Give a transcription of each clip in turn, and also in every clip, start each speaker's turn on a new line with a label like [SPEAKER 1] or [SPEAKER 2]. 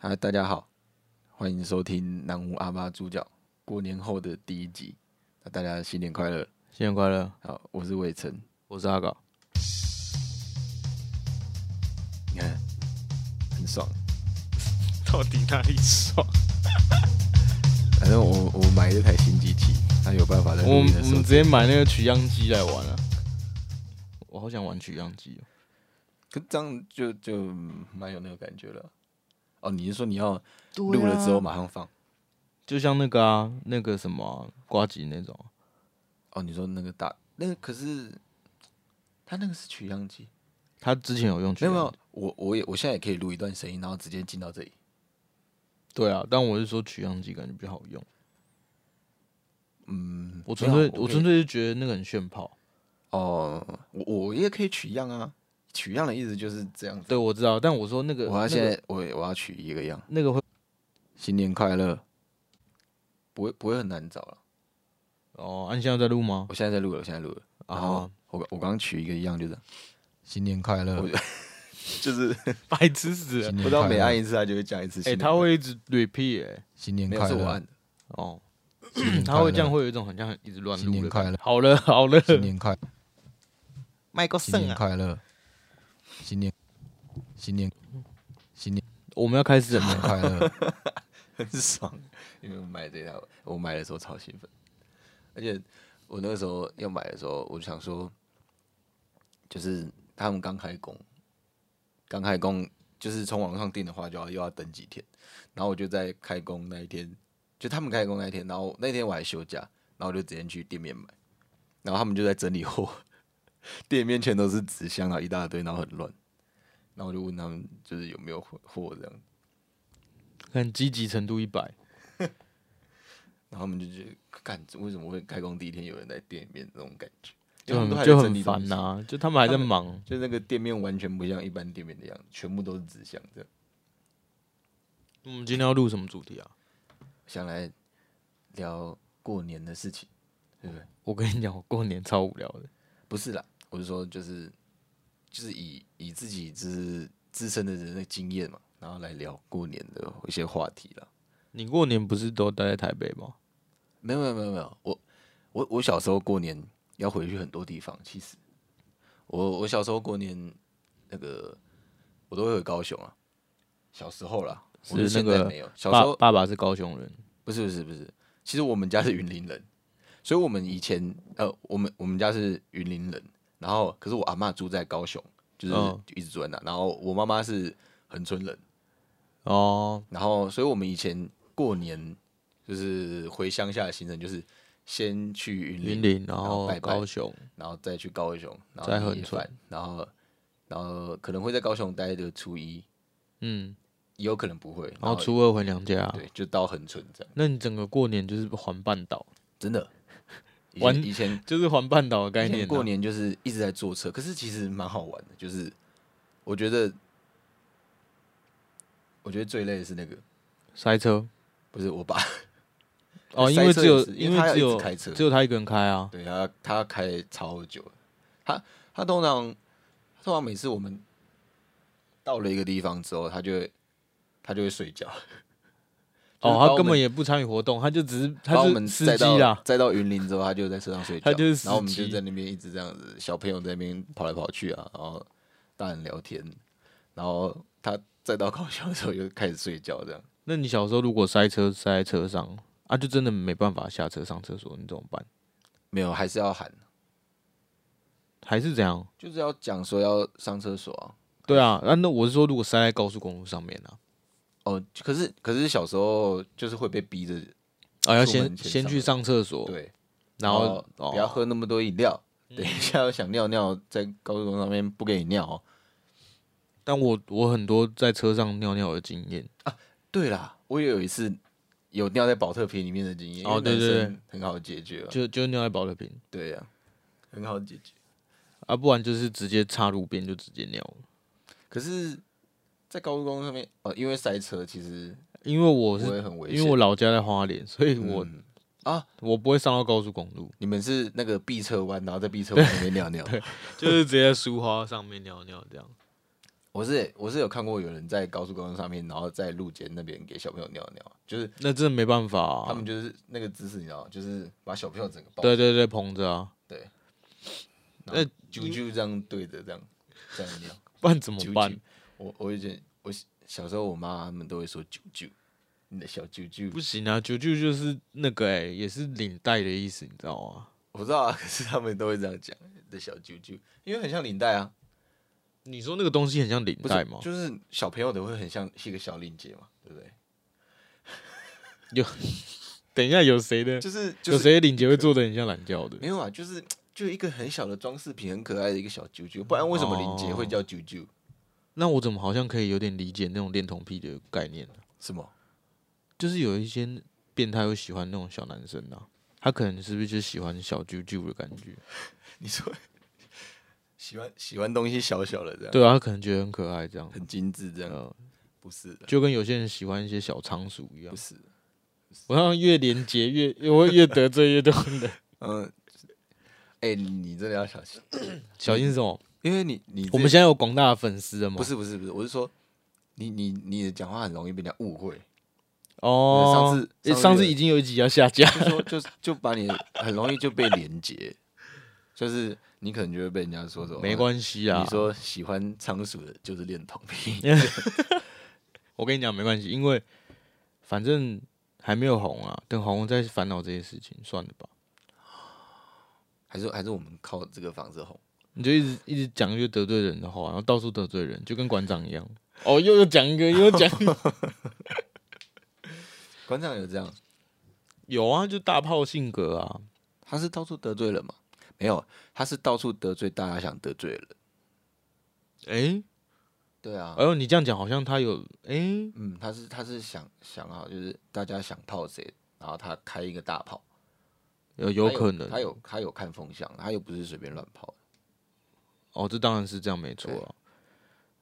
[SPEAKER 1] 啊，大家好，欢迎收听南无阿妈猪脚过年后的第一集。那大家新年快乐！
[SPEAKER 2] 新年快乐！
[SPEAKER 1] 好，我是伟成。
[SPEAKER 2] 我是阿搞，
[SPEAKER 1] 你看，很爽。
[SPEAKER 3] 到底哪里爽？
[SPEAKER 1] 反正我我买了一台新机器，它有办法在
[SPEAKER 2] 我
[SPEAKER 1] 录
[SPEAKER 2] 们
[SPEAKER 1] 音的
[SPEAKER 2] 我
[SPEAKER 1] 时候
[SPEAKER 2] 们直接买那个取样机来玩啊！我好想玩取样机、哦，
[SPEAKER 1] 可这样就就蛮有那个感觉了。哦，你是说你要录了之后马上放？
[SPEAKER 2] 就像那个啊，那个什么啊、瓜吉那种，啊
[SPEAKER 1] 哦，你说那个大那个可是它那个是取样机，
[SPEAKER 2] 他之前有用取
[SPEAKER 1] 没有
[SPEAKER 2] 样
[SPEAKER 1] 没
[SPEAKER 2] 机
[SPEAKER 1] 有，我我也我现在也可以录一段声音，然后直接进到这里。
[SPEAKER 2] 对啊，但我是说取样机感觉比较好用。
[SPEAKER 1] 嗯，
[SPEAKER 2] 我纯
[SPEAKER 1] 没有
[SPEAKER 2] 粹我
[SPEAKER 1] 可以
[SPEAKER 2] 纯粹是觉得那个很炫炮。
[SPEAKER 1] 哦，我我也可以取样啊，取样的意思就是这样子。
[SPEAKER 2] 对，我知道，但我说那个
[SPEAKER 1] 我要
[SPEAKER 2] 那
[SPEAKER 1] 现
[SPEAKER 2] 个
[SPEAKER 1] 在我我要取一个样，
[SPEAKER 2] 那个会
[SPEAKER 1] 新年快乐，不会不会很难找了。
[SPEAKER 2] 哦，按、你现在在录吗？
[SPEAKER 1] 我现在在录了，我现在录了。然后
[SPEAKER 2] 啊，
[SPEAKER 1] 我我刚刚取一个样就是新年快乐，我就 就是
[SPEAKER 2] 白痴死了！
[SPEAKER 1] 不知道每按一次他就会讲一次
[SPEAKER 2] 哎、
[SPEAKER 1] 新年快
[SPEAKER 2] 他
[SPEAKER 1] 乐。
[SPEAKER 2] 会一直 repeat 哎、
[SPEAKER 1] 新年快乐，是我按的。
[SPEAKER 2] 哦，
[SPEAKER 1] 年
[SPEAKER 2] 他会这样，会有一种很像一直乱
[SPEAKER 1] 新
[SPEAKER 2] 录
[SPEAKER 1] 年
[SPEAKER 2] 的
[SPEAKER 1] 快
[SPEAKER 2] 感
[SPEAKER 1] 乐
[SPEAKER 2] 觉。好了好 了，
[SPEAKER 1] 年快，
[SPEAKER 2] 麦克圣啊！
[SPEAKER 1] 快乐，新年 新年新年
[SPEAKER 2] 我们要开始了吗？
[SPEAKER 1] 快乐， 很爽。 因为我买这台，我买的时候超兴奋，而且我那个时候要买的时候，我就想说，就是他们刚开工，刚开工就是从网上订的话，就要又要等几天。然后我就在开工那一天，就他们开工那一天，然后那天我还休假，然后我就直接去店面买，然后他们就在整理货， 店里面全都是纸箱，啊然后一大堆，然后很乱。然后我就问他们，就是有没有货货这样。
[SPEAKER 2] 看积极程度一百，
[SPEAKER 1] 然后他们就觉得，干为什么会开工第一天有人在店里面那种感觉，
[SPEAKER 2] 就
[SPEAKER 1] 啊因为他们都还在
[SPEAKER 2] 很就
[SPEAKER 1] 整
[SPEAKER 2] 很
[SPEAKER 1] 理东
[SPEAKER 2] 烦
[SPEAKER 1] 西
[SPEAKER 2] 呐、，就他们还在忙，
[SPEAKER 1] 就那个店面完全不像一般店面的样子，全部都是纸箱这样。
[SPEAKER 2] 我们今天要录什么主题啊？
[SPEAKER 1] 想来聊过年的事情，对不对？
[SPEAKER 2] 我跟你讲，我过年超无聊的。
[SPEAKER 1] 不是啦，我是说就是就是以以自己自自身的人的经验嘛，然后来聊过年的一些话题啦。
[SPEAKER 2] 你过年不是都待在台北吗？
[SPEAKER 1] 没有没有没有没有，我我我小时候过年要回去很多地方，其实我我小时候过年那个我都会回高雄啊，小时候啦，我
[SPEAKER 2] 是
[SPEAKER 1] 现
[SPEAKER 2] 那
[SPEAKER 1] 在
[SPEAKER 2] 个
[SPEAKER 1] 没有，小时
[SPEAKER 2] 爸
[SPEAKER 1] 候
[SPEAKER 2] 爸爸是高雄人，
[SPEAKER 1] 不是不是不是，其实我们家是云林人，所以我们以前呃，我们我们家是云林人，然后可是我阿嬷住在高雄，就是
[SPEAKER 2] 嗯
[SPEAKER 1] 一直住在那，然后我妈妈是恒春人，
[SPEAKER 2] 哦，
[SPEAKER 1] 然后，所以我们以前过年就是回乡下的行程，就是先去云
[SPEAKER 2] 云
[SPEAKER 1] 林，
[SPEAKER 2] 林，
[SPEAKER 1] 然
[SPEAKER 2] 然后
[SPEAKER 1] 拜拜
[SPEAKER 2] 高雄，
[SPEAKER 1] 然后再去高雄，然后
[SPEAKER 2] 再
[SPEAKER 1] 年
[SPEAKER 2] 横
[SPEAKER 1] 夜
[SPEAKER 2] 村
[SPEAKER 1] 饭，然后然后可能会在高雄待个初一，
[SPEAKER 2] 嗯，
[SPEAKER 1] 也有可能不会，
[SPEAKER 2] 然后初二啊回娘家。
[SPEAKER 1] 对就到恒春这样，
[SPEAKER 2] 那你整个过年就是环半岛，
[SPEAKER 1] 真的。以
[SPEAKER 2] 玩
[SPEAKER 1] 前以前
[SPEAKER 2] 就是环半岛的
[SPEAKER 1] 以
[SPEAKER 2] 概念、
[SPEAKER 1] 前
[SPEAKER 2] 啊。
[SPEAKER 1] 过年就是一直在坐车，可是其实蛮好玩的，就是我觉得我觉得最累的是那个，
[SPEAKER 2] 塞车
[SPEAKER 1] 不是我爸，
[SPEAKER 2] 哦，因
[SPEAKER 1] 塞
[SPEAKER 2] 为
[SPEAKER 1] 车
[SPEAKER 2] 只有
[SPEAKER 1] 也是因为他要
[SPEAKER 2] 只
[SPEAKER 1] 一直
[SPEAKER 2] 有
[SPEAKER 1] 开车
[SPEAKER 2] 只有他一个人开啊，
[SPEAKER 1] 对他，他开超久了，他他通常通常每次我们到了一个地方之后，他就会他就会睡觉，就是把
[SPEAKER 2] 哦，他
[SPEAKER 1] 我
[SPEAKER 2] 根本
[SPEAKER 1] 们
[SPEAKER 2] 也不参与活动，他就只是
[SPEAKER 1] 把
[SPEAKER 2] 他
[SPEAKER 1] 我们
[SPEAKER 2] 是司
[SPEAKER 1] 载
[SPEAKER 2] 机
[SPEAKER 1] 到
[SPEAKER 2] 啦，
[SPEAKER 1] 载到云林之后，他就在车上睡觉，
[SPEAKER 2] 他就是司机
[SPEAKER 1] 然后我们就在那边一直这样子，小朋友在那边跑来跑去啊，然后大人聊天，然后他再到高校的时候又开始睡觉，这样
[SPEAKER 2] 那你小时候如果塞车塞在车上啊，就真的没办法下车上厕所，你怎么办？
[SPEAKER 1] 没有还是要喊，
[SPEAKER 2] 还是怎样？
[SPEAKER 1] 就是要讲说要上厕所啊，
[SPEAKER 2] 对啊，啊那我是说，如果塞在高速公路上面啊，
[SPEAKER 1] 哦，可是可是小时候就是会被逼着，
[SPEAKER 2] 啊要
[SPEAKER 1] 出门
[SPEAKER 2] 先
[SPEAKER 1] 前
[SPEAKER 2] 先去上厕所，
[SPEAKER 1] 对。
[SPEAKER 2] 然后哦
[SPEAKER 1] 不要喝那么多饮料。等一下要想尿尿，在高速公路上面不给你尿、哦。
[SPEAKER 2] 但我我很多在车上尿尿的经验，
[SPEAKER 1] 对啦，我也有一次有尿在保特瓶里面的经验，因为
[SPEAKER 2] 哦对
[SPEAKER 1] 男
[SPEAKER 2] 对对
[SPEAKER 1] 生很好解决、啊，
[SPEAKER 2] 就就尿在保乐瓶
[SPEAKER 1] 对呀、很好解决。
[SPEAKER 2] 啊，不然就是直接插路边就直接尿了。
[SPEAKER 1] 可是，在高速公路上面，哦，因为塞车，其实
[SPEAKER 2] 因为我
[SPEAKER 1] 我
[SPEAKER 2] 是
[SPEAKER 1] 也很危险。
[SPEAKER 2] 因为我老家在花莲，所以我、
[SPEAKER 1] 嗯啊，
[SPEAKER 2] 我不会上到高速公路，
[SPEAKER 1] 你们是那个避车弯，然后在避车弯那边尿尿。
[SPEAKER 2] 就是直接在苏花上面尿尿这样。
[SPEAKER 1] 我是我是有看过有人在高速公路上面，然后在路肩那边给小朋友尿尿，就是
[SPEAKER 2] 那真的没办法、啊。
[SPEAKER 1] 他们就是那个姿势，你知道吗，就是把小朋友整个抱，
[SPEAKER 2] 对对对捧着啊，
[SPEAKER 1] 对，
[SPEAKER 2] 那
[SPEAKER 1] 啾啾这样对着这样这样尿，
[SPEAKER 2] 不然怎么
[SPEAKER 1] 啾
[SPEAKER 2] 办
[SPEAKER 1] 啾？。我我以前我小小时候，我妈他们都会说啾啾，你的小啾
[SPEAKER 2] 不
[SPEAKER 1] 啾。
[SPEAKER 2] 行啊，九九就是那个哎、也是领带的意思，你知道吗？
[SPEAKER 1] 我知道啊，可是他们都会这样讲你的小啾啾，因为很像领带啊，
[SPEAKER 2] 你说那个东西很像领
[SPEAKER 1] 不
[SPEAKER 2] 带
[SPEAKER 1] 是
[SPEAKER 2] 吗？
[SPEAKER 1] 就是小朋友的会很像是一个小领结嘛，对不对？
[SPEAKER 2] 有，等一下有谁的？
[SPEAKER 1] 就是就
[SPEAKER 2] 有
[SPEAKER 1] 是
[SPEAKER 2] 谁的领结会做的很像懒觉的？
[SPEAKER 1] 没有啊，就是就一个很小的装饰品，很可爱的一个小啾啾，不然为什么领结会叫啾
[SPEAKER 2] 哦
[SPEAKER 1] 啾？
[SPEAKER 2] 那我怎么好像可以有点理解那种恋童癖的概念呢？
[SPEAKER 1] 什么？
[SPEAKER 2] 就是有一些变态会喜欢那种小男生啊，他可能是不是就喜欢小啾啾的感觉？
[SPEAKER 1] 你说喜欢喜欢东西小小的这样，，
[SPEAKER 2] 对啊，他可能觉得很可爱这样。
[SPEAKER 1] 很精致这样，
[SPEAKER 2] 呃，
[SPEAKER 1] 不是的，
[SPEAKER 2] 就跟有些人喜欢一些小仓鼠一样
[SPEAKER 1] 不。是的，
[SPEAKER 2] 我好像越连结越，我会越得罪越多 人。
[SPEAKER 1] 嗯，哎、你真的要小心，
[SPEAKER 2] 小心什么？
[SPEAKER 1] 因为你你
[SPEAKER 2] 我
[SPEAKER 1] 这
[SPEAKER 2] 们现在有广大的粉丝了吗？
[SPEAKER 1] 不是不是不是，我是说你你你的讲话很容易被人家误会，
[SPEAKER 2] 哦，
[SPEAKER 1] 上次
[SPEAKER 2] 诶
[SPEAKER 1] 上次
[SPEAKER 2] 上次
[SPEAKER 1] 有
[SPEAKER 2] 已经有一集要下架，
[SPEAKER 1] 就说就就把你很容易就被连结，就是你可能就会被人家说什么
[SPEAKER 2] 没
[SPEAKER 1] 系。
[SPEAKER 2] 关系啊。
[SPEAKER 1] 你说喜欢仓鼠的就是恋童癖，
[SPEAKER 2] 我跟你讲没关系，因为反正还没有红啊，等红了再烦恼这些事情，算了吧。
[SPEAKER 1] 还是还是我们靠这个房子红？
[SPEAKER 2] 你就一直一直讲一堆得罪人的话，然后到处得罪人，就跟馆长一样。 哦，又又讲一个，又讲一个
[SPEAKER 1] 馆长有这样，
[SPEAKER 2] 有啊，就大炮性格啊。
[SPEAKER 1] 他是到处得罪人吗？没有，他是到处得罪大家想得罪的人。
[SPEAKER 2] 诶，
[SPEAKER 1] 对啊
[SPEAKER 2] 哎，呦，你这样讲好像他有诶，
[SPEAKER 1] 嗯，他是他是想想好，就是大家想泡谁，然后他开一个大炮，
[SPEAKER 2] 有
[SPEAKER 1] 他
[SPEAKER 2] 有可能，
[SPEAKER 1] 他有他有看风向，他又不是随便乱泡的。
[SPEAKER 2] 哦，这当然是这样，没错啊。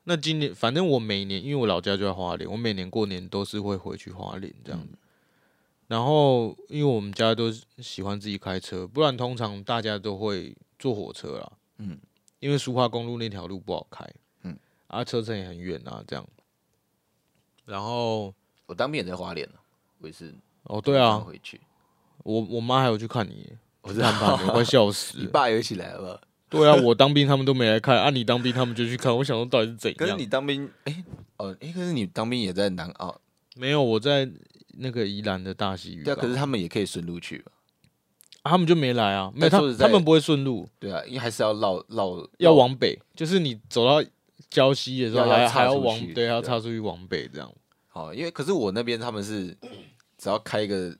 [SPEAKER 2] 那今年反正我每年，因为我老家就在花莲，我每年过年都是会回去花莲这样
[SPEAKER 1] 嗯
[SPEAKER 2] 子。然后因为我们家都是喜欢自己开车，不然通常大家都会坐火车啦。
[SPEAKER 1] 嗯，
[SPEAKER 2] 因为苏花公路那条路不好开。
[SPEAKER 1] 嗯，
[SPEAKER 2] 啊，车程也很远啊，这样。然后
[SPEAKER 1] 我当兵也在花莲了，我也是
[SPEAKER 2] 哦，对啊，
[SPEAKER 1] 回去，
[SPEAKER 2] 我我妈还有去看你，
[SPEAKER 1] 我
[SPEAKER 2] 看吧，我快笑 死
[SPEAKER 1] 你
[SPEAKER 2] 了。
[SPEAKER 1] 爸有一起来了吧，
[SPEAKER 2] 对啊，我当兵他们都没来看，啊，你当兵他们就去看，我想说到底是怎样？啊
[SPEAKER 1] 可是你当兵，哎、哦，哎、可是你当兵也在南澳，
[SPEAKER 2] 没有，我在那个宜兰的大溪渔
[SPEAKER 1] 对啊，
[SPEAKER 2] 港，
[SPEAKER 1] 可是他们也可以顺路去吧？
[SPEAKER 2] 啊他们就没来啊，没有
[SPEAKER 1] 但
[SPEAKER 2] 他
[SPEAKER 1] 说实在
[SPEAKER 2] 他们不会顺路，
[SPEAKER 1] 对啊，因为还是要绕绕
[SPEAKER 2] 要往北，就是你走到礁溪的时候
[SPEAKER 1] 要要
[SPEAKER 2] 还
[SPEAKER 1] 岔
[SPEAKER 2] 还要
[SPEAKER 1] 出
[SPEAKER 2] 往
[SPEAKER 1] 去
[SPEAKER 2] 对，还要
[SPEAKER 1] 对啊
[SPEAKER 2] 插出去往北这样，
[SPEAKER 1] 好，哦因为可是我那边他们是只要开一个，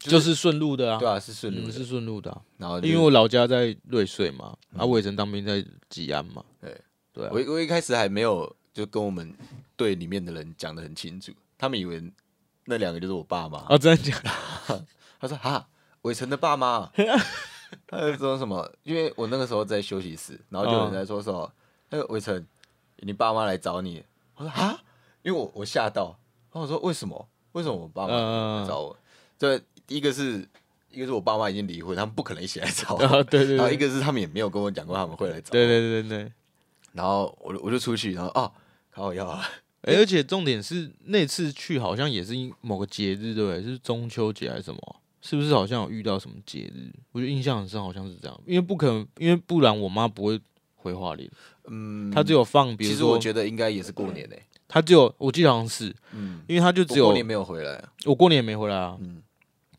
[SPEAKER 1] 就是
[SPEAKER 2] 就是顺路的啊，
[SPEAKER 1] 对啊，是顺
[SPEAKER 2] 嗯
[SPEAKER 1] 路的，
[SPEAKER 2] 是顺路的啊，
[SPEAKER 1] 然后就嗯
[SPEAKER 2] 因为我老家在瑞穗嘛，啊，我以前当兵在吉安嘛，
[SPEAKER 1] 对
[SPEAKER 2] 对啊
[SPEAKER 1] 我，一我一开始还没有就跟我们队里面的人讲的很清楚，他们以为那两个就是我爸妈。
[SPEAKER 2] 啊，真 的假的？
[SPEAKER 1] 他说哈，伟成的爸妈， 他就说什么？因为我那个时候在休息室，然后就有人在说什么，
[SPEAKER 2] 嗯
[SPEAKER 1] 那个伟成，你爸妈来找你。我说哈，因为我我吓到，然后我说为什么？为什么我
[SPEAKER 2] 嗯
[SPEAKER 1] 爸妈来找我？这、一个是一个是我爸妈已经离婚，他们不可能一起来找我。
[SPEAKER 2] 啊，对对
[SPEAKER 1] 然后一
[SPEAKER 2] 对，
[SPEAKER 1] 个是他们也没有跟我讲过他们会来找我，
[SPEAKER 2] 对对对对，
[SPEAKER 1] 然后我就我就出去，然后哦，靠要啊，
[SPEAKER 2] 哎，而且重点是那次去好像也是因某个节日，对不对？是中秋节还是什么啊？是不是好像有遇到什么节日？我觉得印象很深，好像是这样，因为不可能，因为不然我妈不会回花莲，
[SPEAKER 1] 嗯，
[SPEAKER 2] 她只有放，比
[SPEAKER 1] 其
[SPEAKER 2] 如
[SPEAKER 1] 实我
[SPEAKER 2] 说，
[SPEAKER 1] 觉得应该也是过年呢、
[SPEAKER 2] 她只有我记得好像是，
[SPEAKER 1] 嗯，
[SPEAKER 2] 因为她就
[SPEAKER 1] 我
[SPEAKER 2] 只有
[SPEAKER 1] 过年没有回来啊，
[SPEAKER 2] 我过年也没回来啊，
[SPEAKER 1] 嗯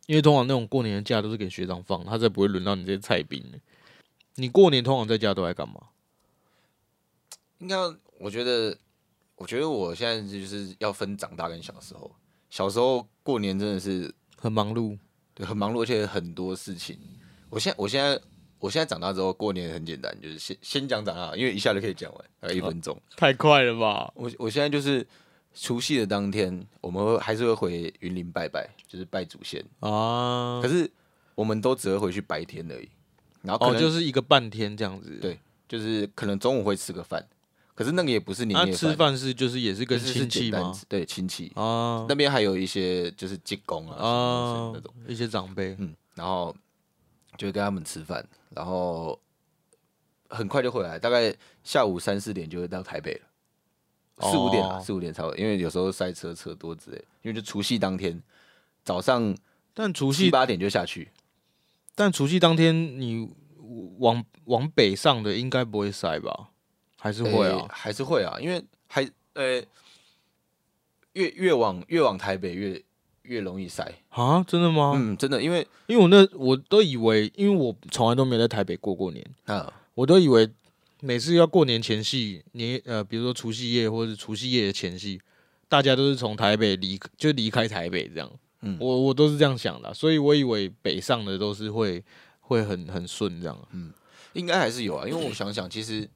[SPEAKER 2] 因为通常那种过年的假都是给学长放，她才不会轮到你这些菜兵。你过年通常在家都在干嘛？
[SPEAKER 1] 应该我觉得，我觉得我现在就是要分长大跟小时候，小时候过年真的是
[SPEAKER 2] 很忙碌，
[SPEAKER 1] 对很忙碌，而且很多事情。我现在我现在我现在长大之后，过年很简单，就是先先讲长大，因为一下就可以讲完，大概一分钟。
[SPEAKER 2] 太快了吧？
[SPEAKER 1] 我我现在就是除夕的当天，我们会还是会回云林拜拜，就是拜祖先。
[SPEAKER 2] 啊
[SPEAKER 1] 可，是我们都只会回去白天而已，然后可
[SPEAKER 2] 哦，
[SPEAKER 1] 能、
[SPEAKER 2] 就是一个半天这样子。
[SPEAKER 1] 对就是可能中午会吃个饭，可是那个也不是年
[SPEAKER 2] 那
[SPEAKER 1] 夜
[SPEAKER 2] 啊吃饭是就是也是跟
[SPEAKER 1] 就是
[SPEAKER 2] 亲戚
[SPEAKER 1] 简单
[SPEAKER 2] 吗？
[SPEAKER 1] 吃对亲戚，
[SPEAKER 2] 啊
[SPEAKER 1] 那边还有一些就是济公啊什
[SPEAKER 2] 啊
[SPEAKER 1] 么的那种，，
[SPEAKER 2] 一些长辈
[SPEAKER 1] 嗯，然后就会跟他们吃饭，然后很快就回来，大概下午三四点就会到台北了。四五点啊，
[SPEAKER 2] 哦
[SPEAKER 1] 四五点差不多，因为有时候塞车车多之类，因为就除夕当天早上
[SPEAKER 2] 但除
[SPEAKER 1] 七
[SPEAKER 2] 夕，
[SPEAKER 1] 八点就下去，
[SPEAKER 2] 但除夕当天你往往北上的应该不会塞吧？还是会
[SPEAKER 1] 诶
[SPEAKER 2] 啊？
[SPEAKER 1] 还是会啊，因为还呃、越越往越往台北越越容易塞，
[SPEAKER 2] 啊，真的吗？
[SPEAKER 1] 嗯，真的，因为
[SPEAKER 2] 因为我那我都以为，因为我从来都没有在台北过过年，
[SPEAKER 1] 啊
[SPEAKER 2] 我都以为每次要过年前夕，年呃，比如说除夕夜或者是除夕夜的前夕，大家都是从台北离就离开台北这样。
[SPEAKER 1] 嗯
[SPEAKER 2] 我我都是这样想的啊、所以我以为北上的都是会会很很顺这样
[SPEAKER 1] 嗯
[SPEAKER 2] 啊。
[SPEAKER 1] 应该还是有啊，因为我想想，其实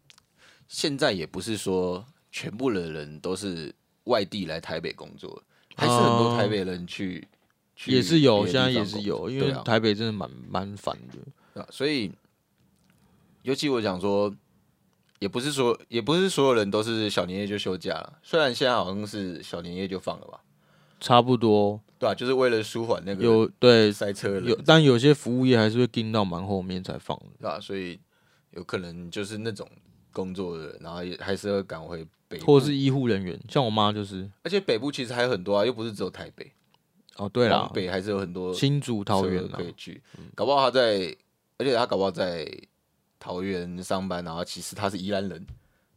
[SPEAKER 1] 现在也不是说全部的人都是外地来台北工作，还是很多
[SPEAKER 2] 哦
[SPEAKER 1] 台北人去。去
[SPEAKER 2] 也是有，
[SPEAKER 1] 别
[SPEAKER 2] 现
[SPEAKER 1] 的
[SPEAKER 2] 在
[SPEAKER 1] 地
[SPEAKER 2] 也
[SPEAKER 1] 方
[SPEAKER 2] 是
[SPEAKER 1] 工
[SPEAKER 2] 有，
[SPEAKER 1] 作
[SPEAKER 2] 因
[SPEAKER 1] 对
[SPEAKER 2] 为
[SPEAKER 1] 啊
[SPEAKER 2] 台北真的蛮蛮烦的。
[SPEAKER 1] 对啊，所以，尤其我讲说，也不是说，也不是所有人都是小年夜就休假了。虽然现在好像是小年夜就放了吧，
[SPEAKER 2] 差不多
[SPEAKER 1] 对吧、就是为了舒缓那个
[SPEAKER 2] 有对
[SPEAKER 1] 塞车的人
[SPEAKER 2] 有，但有些服务业还是会盯到蛮后面才放的。
[SPEAKER 1] 对吧、啊所以有可能就是那种工作的，然后也还是要赶回北部
[SPEAKER 2] 或者，是医护人员，像我妈就是。
[SPEAKER 1] 而且北部其实还有很多啊，又不是只有台北，
[SPEAKER 2] 哦，对啦
[SPEAKER 1] 往，北还是有很多
[SPEAKER 2] 新竹、桃园啊
[SPEAKER 1] 社
[SPEAKER 2] 啦
[SPEAKER 1] 可，以去，搞不好他在，而且他搞不好在桃园上班，然后其实他是宜兰人、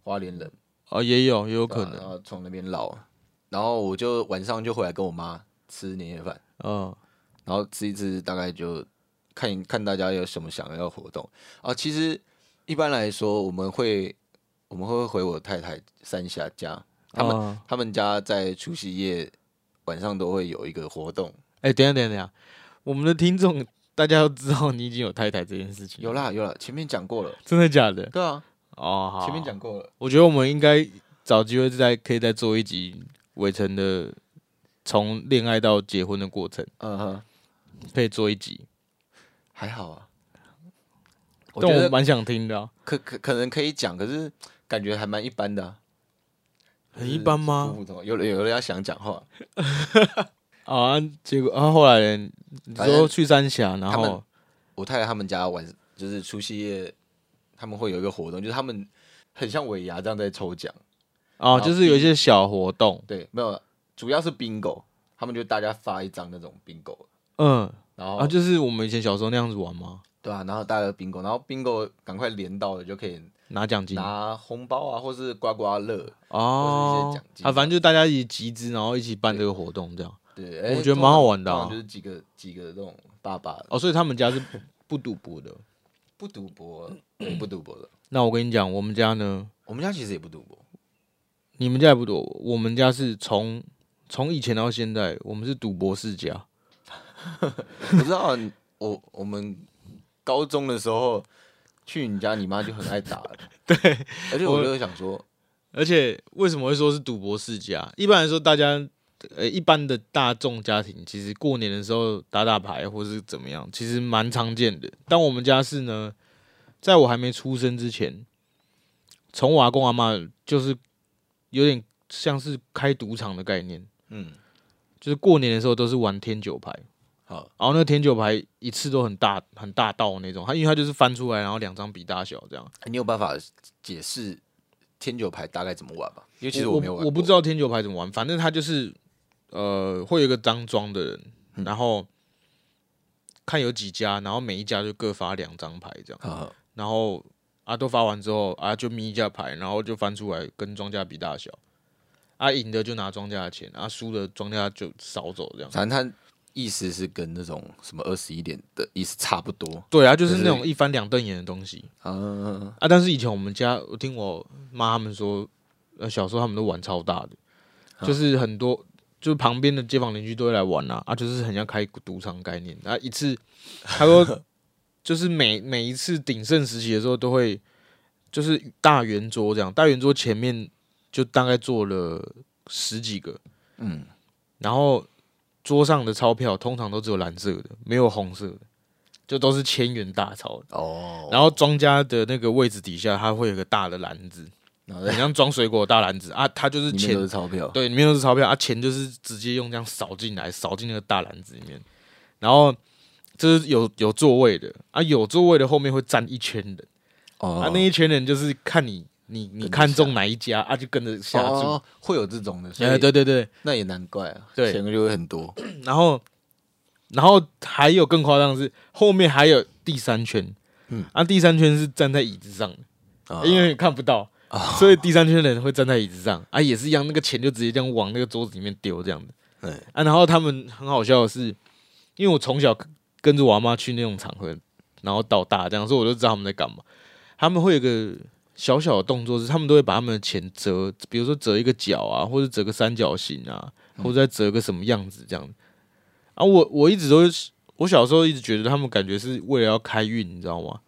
[SPEAKER 1] 花莲人。
[SPEAKER 2] 啊，也有也有
[SPEAKER 1] 对啊
[SPEAKER 2] 可
[SPEAKER 1] 然
[SPEAKER 2] 能，
[SPEAKER 1] 后从那边绕，啊然后我就晚上就回来跟我妈吃年夜饭，
[SPEAKER 2] 嗯，
[SPEAKER 1] 然后吃一吃，大概就看看大家有什么想要活动啊。其实一般来说，我们会我们会回我太太三峡家，他们、
[SPEAKER 2] 啊
[SPEAKER 1] 他们家在除夕夜晚上都会有一个活动，
[SPEAKER 2] 哎、等一下等一下等一下，我们的听众大家都知道你已经有太太这件事情，
[SPEAKER 1] 有啦有啦，前面讲过了，
[SPEAKER 2] 真的假的？
[SPEAKER 1] 对啊，
[SPEAKER 2] 哦，好，
[SPEAKER 1] 前面，讲过了。
[SPEAKER 2] 我觉得我们应该找机会再可以再做一集伟成的从恋爱到结婚的过程，
[SPEAKER 1] 嗯哼，
[SPEAKER 2] 可以做一集，
[SPEAKER 1] 还好啊。我
[SPEAKER 2] 但
[SPEAKER 1] 觉
[SPEAKER 2] 我
[SPEAKER 1] 得
[SPEAKER 2] 蛮想听的啊、
[SPEAKER 1] 可可可能可以讲，可是感觉还蛮一般的啊、
[SPEAKER 2] 很一般
[SPEAKER 1] 普
[SPEAKER 2] 吗？
[SPEAKER 1] 普通通，有人有人要想讲话，
[SPEAKER 2] 啊，结果啊，后来呢你
[SPEAKER 1] 反正
[SPEAKER 2] 说去三峡，然
[SPEAKER 1] 他们
[SPEAKER 2] 后
[SPEAKER 1] 我太太他们家晚就是除夕夜，他们会有一个活动，就是他们很像尾牙这样在抽奖。
[SPEAKER 2] 啊，就是有一些小活动，
[SPEAKER 1] 对，没有，主要是 bingo，他们就大家发一张那种 bingo，
[SPEAKER 2] 嗯，
[SPEAKER 1] 然后、
[SPEAKER 2] 啊，就是我们以前小时候那样子玩吗？
[SPEAKER 1] 对啊，然后大家 bingo，然后 bingo 赶快连到了就可以
[SPEAKER 2] 拿奖金
[SPEAKER 1] 拿红包啊，或是刮刮乐。或是一些
[SPEAKER 2] 哦
[SPEAKER 1] 奖，金
[SPEAKER 2] 啊，反正就大家一起集资，然后一起办这个活动，这样
[SPEAKER 1] 对，哎
[SPEAKER 2] 我觉得蛮好玩的啊
[SPEAKER 1] 通常就是几个几个这种爸爸
[SPEAKER 2] 哦。所以他们家是 不赌博的。
[SPEAKER 1] 不赌博， 对不赌博的。
[SPEAKER 2] 那我跟你讲，我们家呢，
[SPEAKER 1] 我们家其实也不赌博，
[SPEAKER 2] 你们家也不赌，我们家是从从以前到现在，我们是赌博世家。
[SPEAKER 1] 我知道啊你我我们高中的时候去你家，你妈就很爱打了。 对，而且我就想说，
[SPEAKER 2] 而且为什么会说是赌博世家？一般来说，大家呃一般的大众家庭，其实过年的时候打打牌或是怎么样，其实蛮常见的。但我们家是呢，在我还没出生之前，从我阿公阿嬷就是有点像是开赌场的概念，
[SPEAKER 1] 嗯，
[SPEAKER 2] 就是过年的时候都是玩天九牌，
[SPEAKER 1] 好，
[SPEAKER 2] 然后那个天九牌一次都很大很大道那种，它因为它就是翻出来，然后两张比大小这样。
[SPEAKER 1] 你有办法解释天九牌大概怎么玩吧？因为其实
[SPEAKER 2] 我
[SPEAKER 1] 没有玩
[SPEAKER 2] 我，我不知
[SPEAKER 1] 道。
[SPEAKER 2] 道天九牌怎么玩，反正他就是呃，会有一个张庄的人，
[SPEAKER 1] 嗯
[SPEAKER 2] 然后看有几家，然后每一家就各发两张牌这样，
[SPEAKER 1] 好，
[SPEAKER 2] 然后啊都发完之后啊就眯一下牌，然后就翻出来跟庄家比大小，啊赢的就拿庄家的钱，啊输的庄家就少走这样。
[SPEAKER 1] 反正它意思是跟那种什么二十一点的意思差不多。
[SPEAKER 2] 对啊，就是那
[SPEAKER 1] 就
[SPEAKER 2] 种一翻两瞪眼的东西
[SPEAKER 1] 啊，
[SPEAKER 2] 啊！但是以前我们家，我听我妈他们说，呃，小时候他们都玩超大的，就是很多，就是旁边的街坊邻居都会来玩啦、啊，就是很像开赌场概念啊。一次，他说就是每每一次鼎盛时期的时候，都会就是大圆桌这样，大圆桌前面就大概坐了十几个，
[SPEAKER 1] 嗯，
[SPEAKER 2] 然后桌上的钞票通常都只有蓝色的，没有红色的，就都是千元大钞。
[SPEAKER 1] 哦，
[SPEAKER 2] 然后庄家的那个位置底下，它会有个大的篮子，
[SPEAKER 1] 然后
[SPEAKER 2] 很像装水果的大篮子啊，它就是
[SPEAKER 1] 里面
[SPEAKER 2] 钱
[SPEAKER 1] 都是钞票，
[SPEAKER 2] 对，里面都是钞票啊，钱就是直接用这样扫进来，扫进那个大篮子里面。然后这是有有座位的啊，有座位的后面会站一圈人、
[SPEAKER 1] 哦
[SPEAKER 2] 啊，那一圈人就是看你你你看中哪一家啊，就跟着下注。
[SPEAKER 1] 哦，会有这种的，所以、
[SPEAKER 2] 哎，对对对，
[SPEAKER 1] 那也难怪啊，
[SPEAKER 2] 对
[SPEAKER 1] 钱就会很多，
[SPEAKER 2] 嗯然后，然后还有更夸张的是，后面还有第三圈，
[SPEAKER 1] 嗯
[SPEAKER 2] 啊，第三圈是站在椅子上的，
[SPEAKER 1] 啊
[SPEAKER 2] 因为你看不到，所以第三圈的人会站在椅子上，啊，也是一样，那个钱就直接这样往那个桌子里面丢这样子，
[SPEAKER 1] 对
[SPEAKER 2] 啊，然后他们很好笑的是，因为我从小跟着我阿妈去那种场合，然后到大这样，所以我就知道他们在干嘛，他们会有一个。小小的动作是，他们都会把他们的钱折，比如说折一个角啊，或者折个三角形啊，
[SPEAKER 1] 嗯
[SPEAKER 2] 或者再折个什么样子这样子。啊，我我一直都是，我小时候一直觉得他们感觉是为了要开运，你知道吗？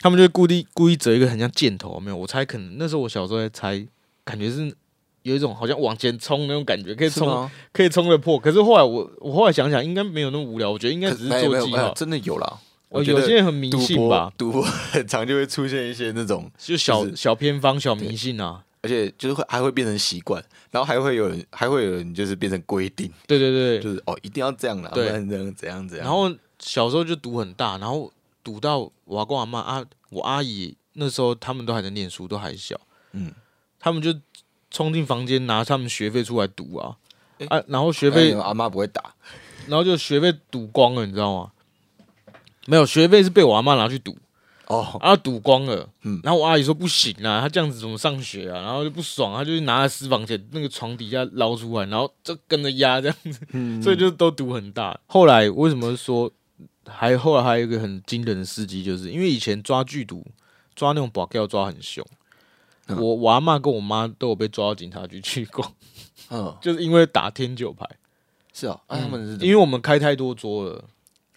[SPEAKER 2] 他们就会故意故意折一个很像箭头，有没有？我猜可能那时候我小时候在猜，感觉是有一种好像往前冲那种感觉，可以
[SPEAKER 1] 是
[SPEAKER 2] 冲
[SPEAKER 1] 吗？
[SPEAKER 2] 可以冲得破。可是后来我我后来想想，应该没有那么无聊，我觉得应该
[SPEAKER 1] 可
[SPEAKER 2] 只是
[SPEAKER 1] 哎没有没
[SPEAKER 2] 做
[SPEAKER 1] 有
[SPEAKER 2] 记
[SPEAKER 1] 没有
[SPEAKER 2] 号。
[SPEAKER 1] 真的有啦。
[SPEAKER 2] 哦，
[SPEAKER 1] 我觉得
[SPEAKER 2] 有些人很迷
[SPEAKER 1] 赌
[SPEAKER 2] 信吧
[SPEAKER 1] 博，，赌博 很常就会出现一些那种，
[SPEAKER 2] 就小、
[SPEAKER 1] 就是
[SPEAKER 2] 小偏方、小迷信啊。
[SPEAKER 1] 而且就是会还会变成习惯，然后还会有人还会有人就是变成规定，
[SPEAKER 2] 对对对，
[SPEAKER 1] 就是哦一定要这样啦，不
[SPEAKER 2] 对
[SPEAKER 1] 然怎样怎样怎样。哎
[SPEAKER 2] 然后小时候就赌很大，然后赌到我阿公阿妈啊，我阿姨那时候他们都还在念书，都还小，
[SPEAKER 1] 嗯，
[SPEAKER 2] 他们就冲进房间拿他们学费出来赌啊、
[SPEAKER 1] 诶
[SPEAKER 2] 啊，然后学费
[SPEAKER 1] 哎，阿妈不会打，
[SPEAKER 2] 然后就学费赌光了，你知道吗？没有学费是被我阿妈拿去赌，
[SPEAKER 1] 哦，
[SPEAKER 2] 啊赌光了，
[SPEAKER 1] 嗯
[SPEAKER 2] 然后我阿姨说不行啊，她这样子怎么上学啊？然后就不爽，她就拿了私房钱那个床底下捞出来，然后就跟着压这样子，
[SPEAKER 1] 嗯
[SPEAKER 2] 所以就都赌很大。后来为什么说还后来还有一个很惊人的事迹，就是因为以前抓剧毒，抓那种保镖抓很凶。
[SPEAKER 1] 嗯
[SPEAKER 2] 我我阿妈跟我妈都有被抓到警察局去过，
[SPEAKER 1] 嗯，
[SPEAKER 2] 就是因为打天九牌，
[SPEAKER 1] 是哦，啊他们是怎
[SPEAKER 2] 因为我们开太多桌了，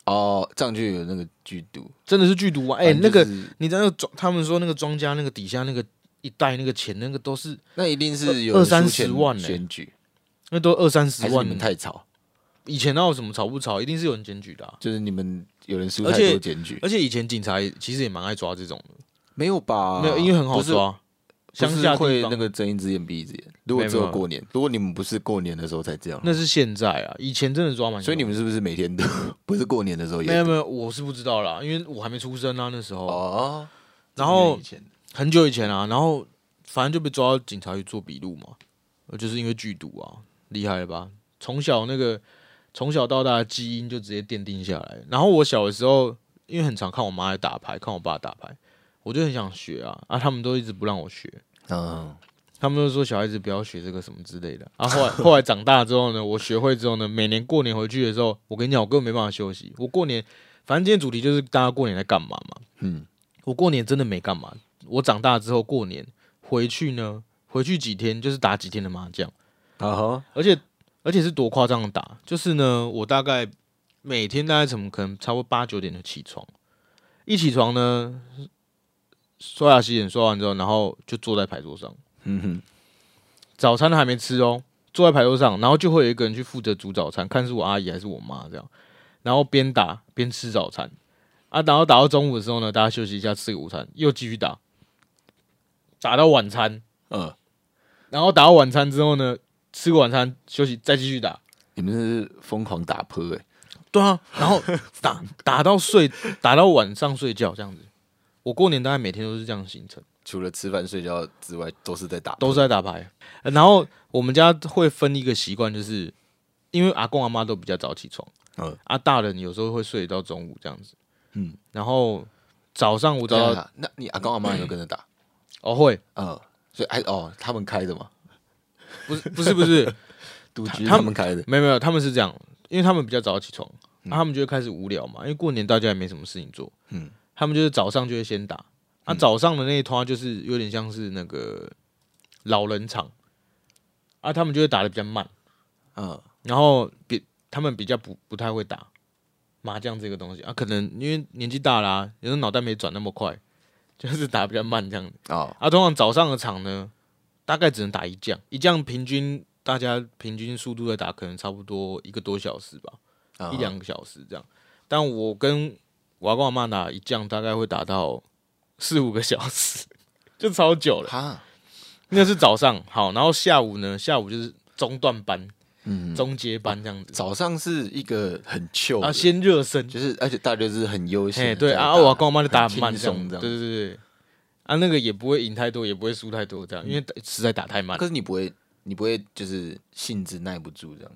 [SPEAKER 1] 哦，这样就有那个剧毒，
[SPEAKER 2] 真的是剧毒啊！哎、
[SPEAKER 1] 反
[SPEAKER 2] 那
[SPEAKER 1] 正就
[SPEAKER 2] 个
[SPEAKER 1] 是
[SPEAKER 2] 你知道那个庄，他们说那个庄家那个底下那个一袋那个钱，那个都是
[SPEAKER 1] 那一定是有
[SPEAKER 2] 二
[SPEAKER 1] 人
[SPEAKER 2] 三
[SPEAKER 1] 输
[SPEAKER 2] 十
[SPEAKER 1] 钱
[SPEAKER 2] 万欸
[SPEAKER 1] 选举，
[SPEAKER 2] 那都二三十
[SPEAKER 1] 还是你
[SPEAKER 2] 万
[SPEAKER 1] 们
[SPEAKER 2] 呢。
[SPEAKER 1] 太吵，
[SPEAKER 2] 以前哪有什么吵不吵，一定是有人检举的啊、
[SPEAKER 1] 就是你们有人输
[SPEAKER 2] 而
[SPEAKER 1] 太
[SPEAKER 2] 且
[SPEAKER 1] 多检举，
[SPEAKER 2] 而且以前警察也其实也蛮爱抓这种的，
[SPEAKER 1] 没有吧？
[SPEAKER 2] 没有，因为很好
[SPEAKER 1] 不是
[SPEAKER 2] 抓。
[SPEAKER 1] 不
[SPEAKER 2] 乡
[SPEAKER 1] 是
[SPEAKER 2] 下地
[SPEAKER 1] 会
[SPEAKER 2] 方
[SPEAKER 1] 那个睁一只眼闭一只眼。如果
[SPEAKER 2] 没
[SPEAKER 1] 只
[SPEAKER 2] 有
[SPEAKER 1] 有
[SPEAKER 2] 没有
[SPEAKER 1] 过年，如果你们不是过年的时候才这样，
[SPEAKER 2] 那是现在啊，以前真的抓蛮凶的。
[SPEAKER 1] 所以你们是不是每天都 不是过年的时候也
[SPEAKER 2] 没有没有，我是不知道啦，因为我还没出生啊那时候，
[SPEAKER 1] 哦？
[SPEAKER 2] 然后
[SPEAKER 1] 这是以前
[SPEAKER 2] 很久以前啊，然后反正就被抓到警察局做笔录嘛，呃就是因为剧毒啊，厉害了吧？从小那个从小到大的基因就直接奠定下来。然后我小的时候，因为很常看我妈在打牌，看我爸打牌，我就很想学啊，啊，他们都一直不让我学，
[SPEAKER 1] 嗯，
[SPEAKER 2] 他们都说小孩子不要学这个什么之类的。啊，后来 后来长大之后呢，我学会之后呢，每年过年回去的时候，我跟你讲，我根本没办法休息。我过年，反正今天主题就是大家过年在干嘛嘛。
[SPEAKER 1] 嗯，
[SPEAKER 2] 我过年真的没干嘛。我长大之后过年回去呢，回去几天就是打几天的麻将，
[SPEAKER 1] 啊哈，
[SPEAKER 2] 而且而且是多夸张的打，就是呢，我大概每天大概怎么可能差不多八九点就起床，一起床呢，刷牙洗脸刷完之后，然后就坐在牌桌上。
[SPEAKER 1] 嗯哼，
[SPEAKER 2] 早餐还没吃哦，坐在牌桌上，然后就会有一个人去负责煮早餐，看是我阿姨还是我妈这样，然后边打边吃早餐啊，然后打到中午的时候呢，大家休息一下吃个午餐，又继续打，打到晚餐，
[SPEAKER 1] 嗯，
[SPEAKER 2] 然后打到晚餐之后呢，吃个晚餐休息再继续打，
[SPEAKER 1] 你们真的是疯狂打扑哎，
[SPEAKER 2] 对啊，然后打打到睡，打到晚上睡觉这样子。我过年大概每天都是这样行程。
[SPEAKER 1] 除了吃饭睡觉之外，都是在打，
[SPEAKER 2] 都是在打牌。呃然后我们家会分一个习惯，就是因为阿公阿妈都比较早起床，
[SPEAKER 1] 嗯
[SPEAKER 2] 啊，大人有时候会睡到中午这样子，
[SPEAKER 1] 嗯，
[SPEAKER 2] 然后早上我
[SPEAKER 1] 不
[SPEAKER 2] 只要
[SPEAKER 1] 啊那你阿公阿妈有跟着 打，
[SPEAKER 2] 哦会，
[SPEAKER 1] 嗯，所以哎哦，他们开的嘛，
[SPEAKER 2] 不是不是不 是，
[SPEAKER 1] 赌局
[SPEAKER 2] 他
[SPEAKER 1] 他们开的，
[SPEAKER 2] 没有没有，他们是这样，因为他们比较早起床，啊、他们就会开始无聊嘛，因为过年大家也没什么事情做，
[SPEAKER 1] 嗯，
[SPEAKER 2] 他们就是早上就会先打，啊，早上的那一团就是有点像是那个老人场，啊，他们就会打的比较慢。
[SPEAKER 1] 嗯，
[SPEAKER 2] 然后比他们比较不不太会打麻将这个东西啊，可能因为年纪大啦、有时候脑袋没转那么快，就是打比较慢这样子
[SPEAKER 1] 哦，
[SPEAKER 2] 啊。通常早上的场呢，大概只能打一将，一将平均大家平均速度在打，可能差不多一个多小时吧，
[SPEAKER 1] 嗯
[SPEAKER 2] 一两个小时这样。但我跟我阿公阿妈打一将，大概会打到四五个小时， 就超久了。
[SPEAKER 1] 哈，
[SPEAKER 2] 那是早上好，然后下午呢，下午就是中段班、
[SPEAKER 1] 嗯，
[SPEAKER 2] 中阶班这样子。
[SPEAKER 1] 早上是一个很 chill
[SPEAKER 2] 啊，
[SPEAKER 1] 的
[SPEAKER 2] 先热身，
[SPEAKER 1] 就是而且大家就是很悠闲的
[SPEAKER 2] 哎，
[SPEAKER 1] 在
[SPEAKER 2] 对
[SPEAKER 1] 打，
[SPEAKER 2] 啊，我阿公阿妈就打很慢
[SPEAKER 1] 很
[SPEAKER 2] 这
[SPEAKER 1] 轻松这
[SPEAKER 2] 样，对
[SPEAKER 1] 样，
[SPEAKER 2] 对对对，啊，那个也不会赢太多，也不会输太多，这样，因为打实在打太慢。
[SPEAKER 1] 可是你不会，你不会就是性子耐不住这样，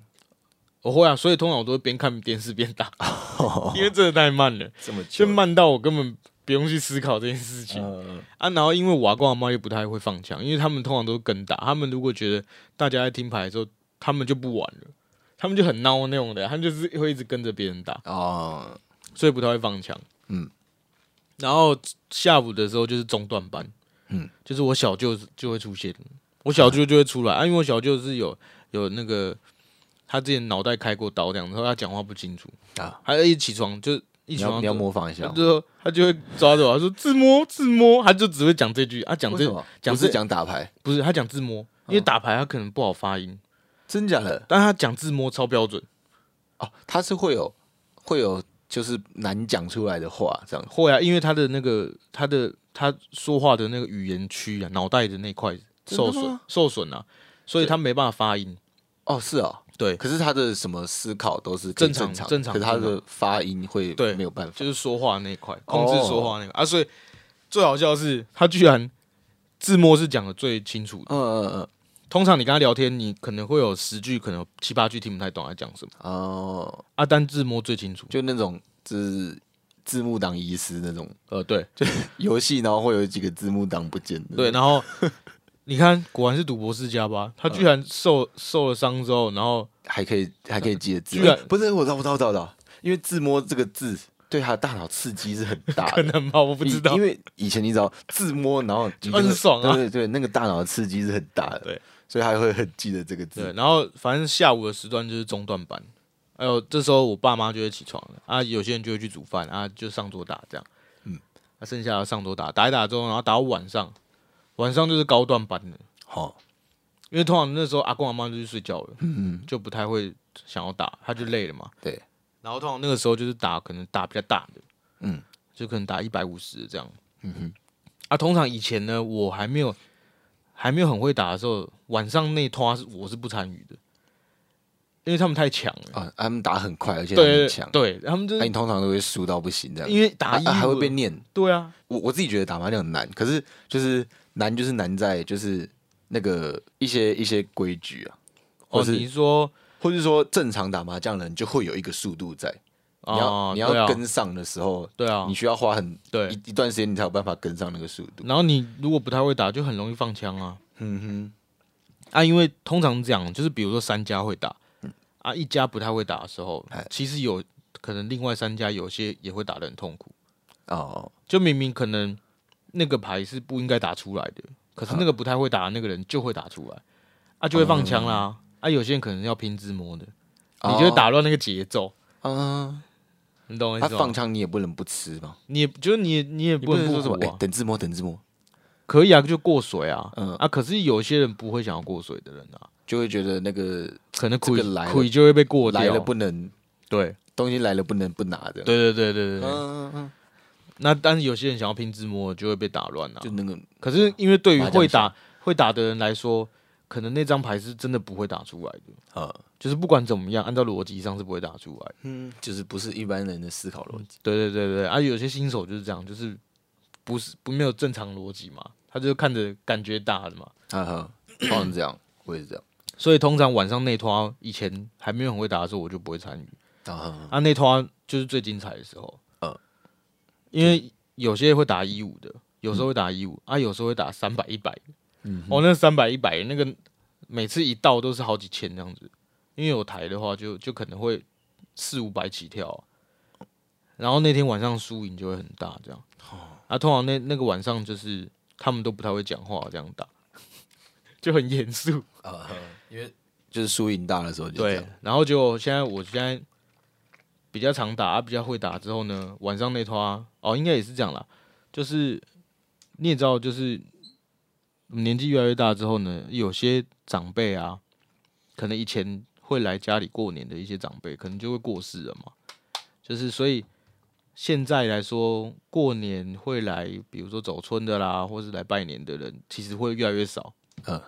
[SPEAKER 2] 我会啊，所以通常我都会边看电视边打， 因为真的太慢了，
[SPEAKER 1] 这么久
[SPEAKER 2] 就，慢到我根本不用去思考这件事情。
[SPEAKER 1] 呃，
[SPEAKER 2] 啊，然后因为我阿公阿妈又不太会放枪，因为他们通常都是跟打。他们如果觉得大家在听牌的时候，他们就不玩了，他们就很孬那种的，他们就是会一直跟着别人打，
[SPEAKER 1] 哦，
[SPEAKER 2] 所以不太会放枪。
[SPEAKER 1] 嗯，
[SPEAKER 2] 然后下午的时候就是中断班，
[SPEAKER 1] 嗯，
[SPEAKER 2] 就是我小舅就会出现，我小舅就会出来 啊，因为我小舅是有有那个他之前脑袋开过刀这样，然后他讲话不清楚
[SPEAKER 1] 啊，
[SPEAKER 2] 他一起床就一
[SPEAKER 1] 你
[SPEAKER 2] 起
[SPEAKER 1] 要
[SPEAKER 2] 床
[SPEAKER 1] 你要
[SPEAKER 2] 就
[SPEAKER 1] 模仿一下
[SPEAKER 2] 他
[SPEAKER 1] 吗，
[SPEAKER 2] 就他就会抓着我，他说自摸自摸，他就只会讲这句啊，讲
[SPEAKER 1] 为
[SPEAKER 2] 这
[SPEAKER 1] 什么嗯
[SPEAKER 2] 讲
[SPEAKER 1] 不是
[SPEAKER 2] 这
[SPEAKER 1] 讲打牌，
[SPEAKER 2] 不是他讲自摸，因为打牌他可能不好发音，
[SPEAKER 1] 真假的？
[SPEAKER 2] 但他讲自摸超标准，
[SPEAKER 1] 哦，他是会有会有就是难讲出来的话这样，
[SPEAKER 2] 会啊，因为他的那个他的他说话的那个语言区啊，脑袋的那块
[SPEAKER 1] 真的
[SPEAKER 2] 受
[SPEAKER 1] 吗
[SPEAKER 2] 损受损啊，所以他没办法发音，
[SPEAKER 1] 哦，是哦，
[SPEAKER 2] 对，
[SPEAKER 1] 可是他的什么思考都是
[SPEAKER 2] 正
[SPEAKER 1] 正
[SPEAKER 2] 常
[SPEAKER 1] 常
[SPEAKER 2] 正常
[SPEAKER 1] 可是他
[SPEAKER 2] 正
[SPEAKER 1] 的发音会
[SPEAKER 2] 对
[SPEAKER 1] 没有办法，
[SPEAKER 2] 就是说话那一块，
[SPEAKER 1] 哦
[SPEAKER 2] 控制说话那个、啊，所以最好笑的是他居然自摸是讲的最清楚的，
[SPEAKER 1] 嗯嗯
[SPEAKER 2] 通常你跟他聊天，你可能会有十句，可能有七八句听不太懂他讲什么，啊
[SPEAKER 1] 嗯，哦，
[SPEAKER 2] 阿丹自摸最清楚，
[SPEAKER 1] 就那种就是字幕档遗失那种
[SPEAKER 2] 呃，对，
[SPEAKER 1] 游戏，然后会有几个字幕档不见的，
[SPEAKER 2] 对，，然后你看，果然是赌博世家吧？他居然受、受了伤之后，然后
[SPEAKER 1] 还可以还可以记得字，
[SPEAKER 2] 居然
[SPEAKER 1] 不是我知道我知道我知道我知 道，因为自摸这个字对他的大脑刺激是很大
[SPEAKER 2] 可
[SPEAKER 1] 的。
[SPEAKER 2] 能吧，我不
[SPEAKER 1] 你
[SPEAKER 2] 知道
[SPEAKER 1] 因。为以前你知道自摸，然后你
[SPEAKER 2] 就很爽啊
[SPEAKER 1] 对对对，那个大脑的刺激是很大的，
[SPEAKER 2] 对，
[SPEAKER 1] 所以他会很记得这个
[SPEAKER 2] 对，
[SPEAKER 1] 字。
[SPEAKER 2] 然后反正下午的时段就是中断班，还有这时候我爸妈就会起床了啊，有些人就会去煮饭啊，就上桌打这样。
[SPEAKER 1] 嗯，
[SPEAKER 2] 那、剩下的上桌打，打一打之后，然后打到晚上，晚上就是高段班了，
[SPEAKER 1] 好，
[SPEAKER 2] 因为通常那时候阿公阿妈就去睡觉了，
[SPEAKER 1] 嗯，
[SPEAKER 2] 就不太会想要打，他就累了嘛。
[SPEAKER 1] 对，
[SPEAKER 2] 然后通常那个时候就是打，可能打比较大的，
[SPEAKER 1] 嗯，
[SPEAKER 2] 就可能打一百五十这样。
[SPEAKER 1] 嗯哼，
[SPEAKER 2] 啊，通常以前呢，我还没有还没有很会打的时候，晚上那拖是我是不参与的，因为他们太强了，
[SPEAKER 1] 啊，他们打很快，而且
[SPEAKER 2] 对
[SPEAKER 1] 很强，哎
[SPEAKER 2] 对，他们就
[SPEAKER 1] 那
[SPEAKER 2] 是
[SPEAKER 1] 你通常都会输到不行这样，
[SPEAKER 2] 因为打
[SPEAKER 1] 啊
[SPEAKER 2] 一
[SPEAKER 1] 啊还会
[SPEAKER 2] 五
[SPEAKER 1] 被念。
[SPEAKER 2] 对啊，
[SPEAKER 1] 我我自己觉得打麻将很难，可是就是难就是难在就是那个一些一些规矩啊，
[SPEAKER 2] 哦，
[SPEAKER 1] 或是
[SPEAKER 2] 你说
[SPEAKER 1] 或是说正常打麻将的人就会有一个速度在，你要、
[SPEAKER 2] 啊，
[SPEAKER 1] 你
[SPEAKER 2] 对
[SPEAKER 1] 要
[SPEAKER 2] 啊
[SPEAKER 1] 跟上的时候，
[SPEAKER 2] 对啊
[SPEAKER 1] 你，需要花很一
[SPEAKER 2] 对，嗯
[SPEAKER 1] 一段时间，你才有办法跟上那个速度。
[SPEAKER 2] 然后你如果不太会打，就很容易放枪啊
[SPEAKER 1] 嗯
[SPEAKER 2] 啊，因为通常这样，就是比如说三家会打，啊一家不太会打的时候
[SPEAKER 1] 嗯哎，
[SPEAKER 2] 其实有可能另外三家有些也会打得很痛苦。
[SPEAKER 1] 哼，哦，
[SPEAKER 2] 就明明可能那个牌是不应该打出来的，可是那个不太会打的那个人就会打出来，啊，就会放枪
[SPEAKER 1] 哦
[SPEAKER 2] 啦。啊，有些人可能要拼自摸的，你就会打乱那个节奏，
[SPEAKER 1] 嗯，
[SPEAKER 2] 你懂我意
[SPEAKER 1] 他
[SPEAKER 2] 思
[SPEAKER 1] 啊放
[SPEAKER 2] 吗？
[SPEAKER 1] 枪你也不能不吃嘛，
[SPEAKER 2] 你也就是你也你也
[SPEAKER 1] 你
[SPEAKER 2] 不能
[SPEAKER 1] 能说什
[SPEAKER 2] 不
[SPEAKER 1] 么
[SPEAKER 2] 服
[SPEAKER 1] 哎
[SPEAKER 2] 啊，，
[SPEAKER 1] 等字摸等字摸，
[SPEAKER 2] 可以啊，就过水啊，
[SPEAKER 1] 嗯
[SPEAKER 2] 啊，可是有些人不会想要过水的人啊，
[SPEAKER 1] 就会觉得那个
[SPEAKER 2] 可
[SPEAKER 1] 这
[SPEAKER 2] 能亏
[SPEAKER 1] 个来了
[SPEAKER 2] 亏就会被过掉，
[SPEAKER 1] 来了不能
[SPEAKER 2] 对，
[SPEAKER 1] 东西来了不能不拿的，，
[SPEAKER 2] 对对对对对对。
[SPEAKER 1] 嗯嗯嗯，
[SPEAKER 2] 那但是有些人想要拼自摸就会被打乱啊
[SPEAKER 1] 就，那个
[SPEAKER 2] 可是因为对于
[SPEAKER 1] 麻将
[SPEAKER 2] 会打会打的人来说，可能那张牌是真的不会打出来的。
[SPEAKER 1] 呃，
[SPEAKER 2] 就是不管怎么样，按照逻辑上是不会打出来。
[SPEAKER 1] 嗯，就是不是一般人的思考逻辑，
[SPEAKER 2] 对对对对，啊，有些新手就是这样，就是不是不没有正常逻辑嘛，他就是看着感觉打的嘛。
[SPEAKER 1] 哈哈，啊通常这样，我也是这样，
[SPEAKER 2] 所以通常晚上内拖，以前还没有很会打的时候，我就不会参与。
[SPEAKER 1] 啊，
[SPEAKER 2] 啊，内拖就是最精彩的时候。
[SPEAKER 1] 嗯
[SPEAKER 2] 因为有些会打一五的，有时候会打一五、啊，有时候会打三百一百。嗯，哦，那三百一百那个每次一到都是好几千这样子，因为有台的话就就可能会四五百起跳啊、然后那天晚上输赢就会很大这样。啊，通常那那个晚上就是他们都不太会讲话，这样打 就很严肃。
[SPEAKER 1] 啊，因为就是输赢大的时候就这
[SPEAKER 2] 对
[SPEAKER 1] 样，，
[SPEAKER 2] 然后就现在我现在比较常打，啊、比较会打之后呢，晚上那拖、啊、哦，应该也是这样啦。就是你也知道，就是年纪越来越大之后呢，有些长辈啊，可能以前会来家里过年的一些长辈，可能就会过世了嘛。就是所以现在来说，过年会来，比如说走村的啦，或是来拜年的人，其实会越来越少。
[SPEAKER 1] 嗯，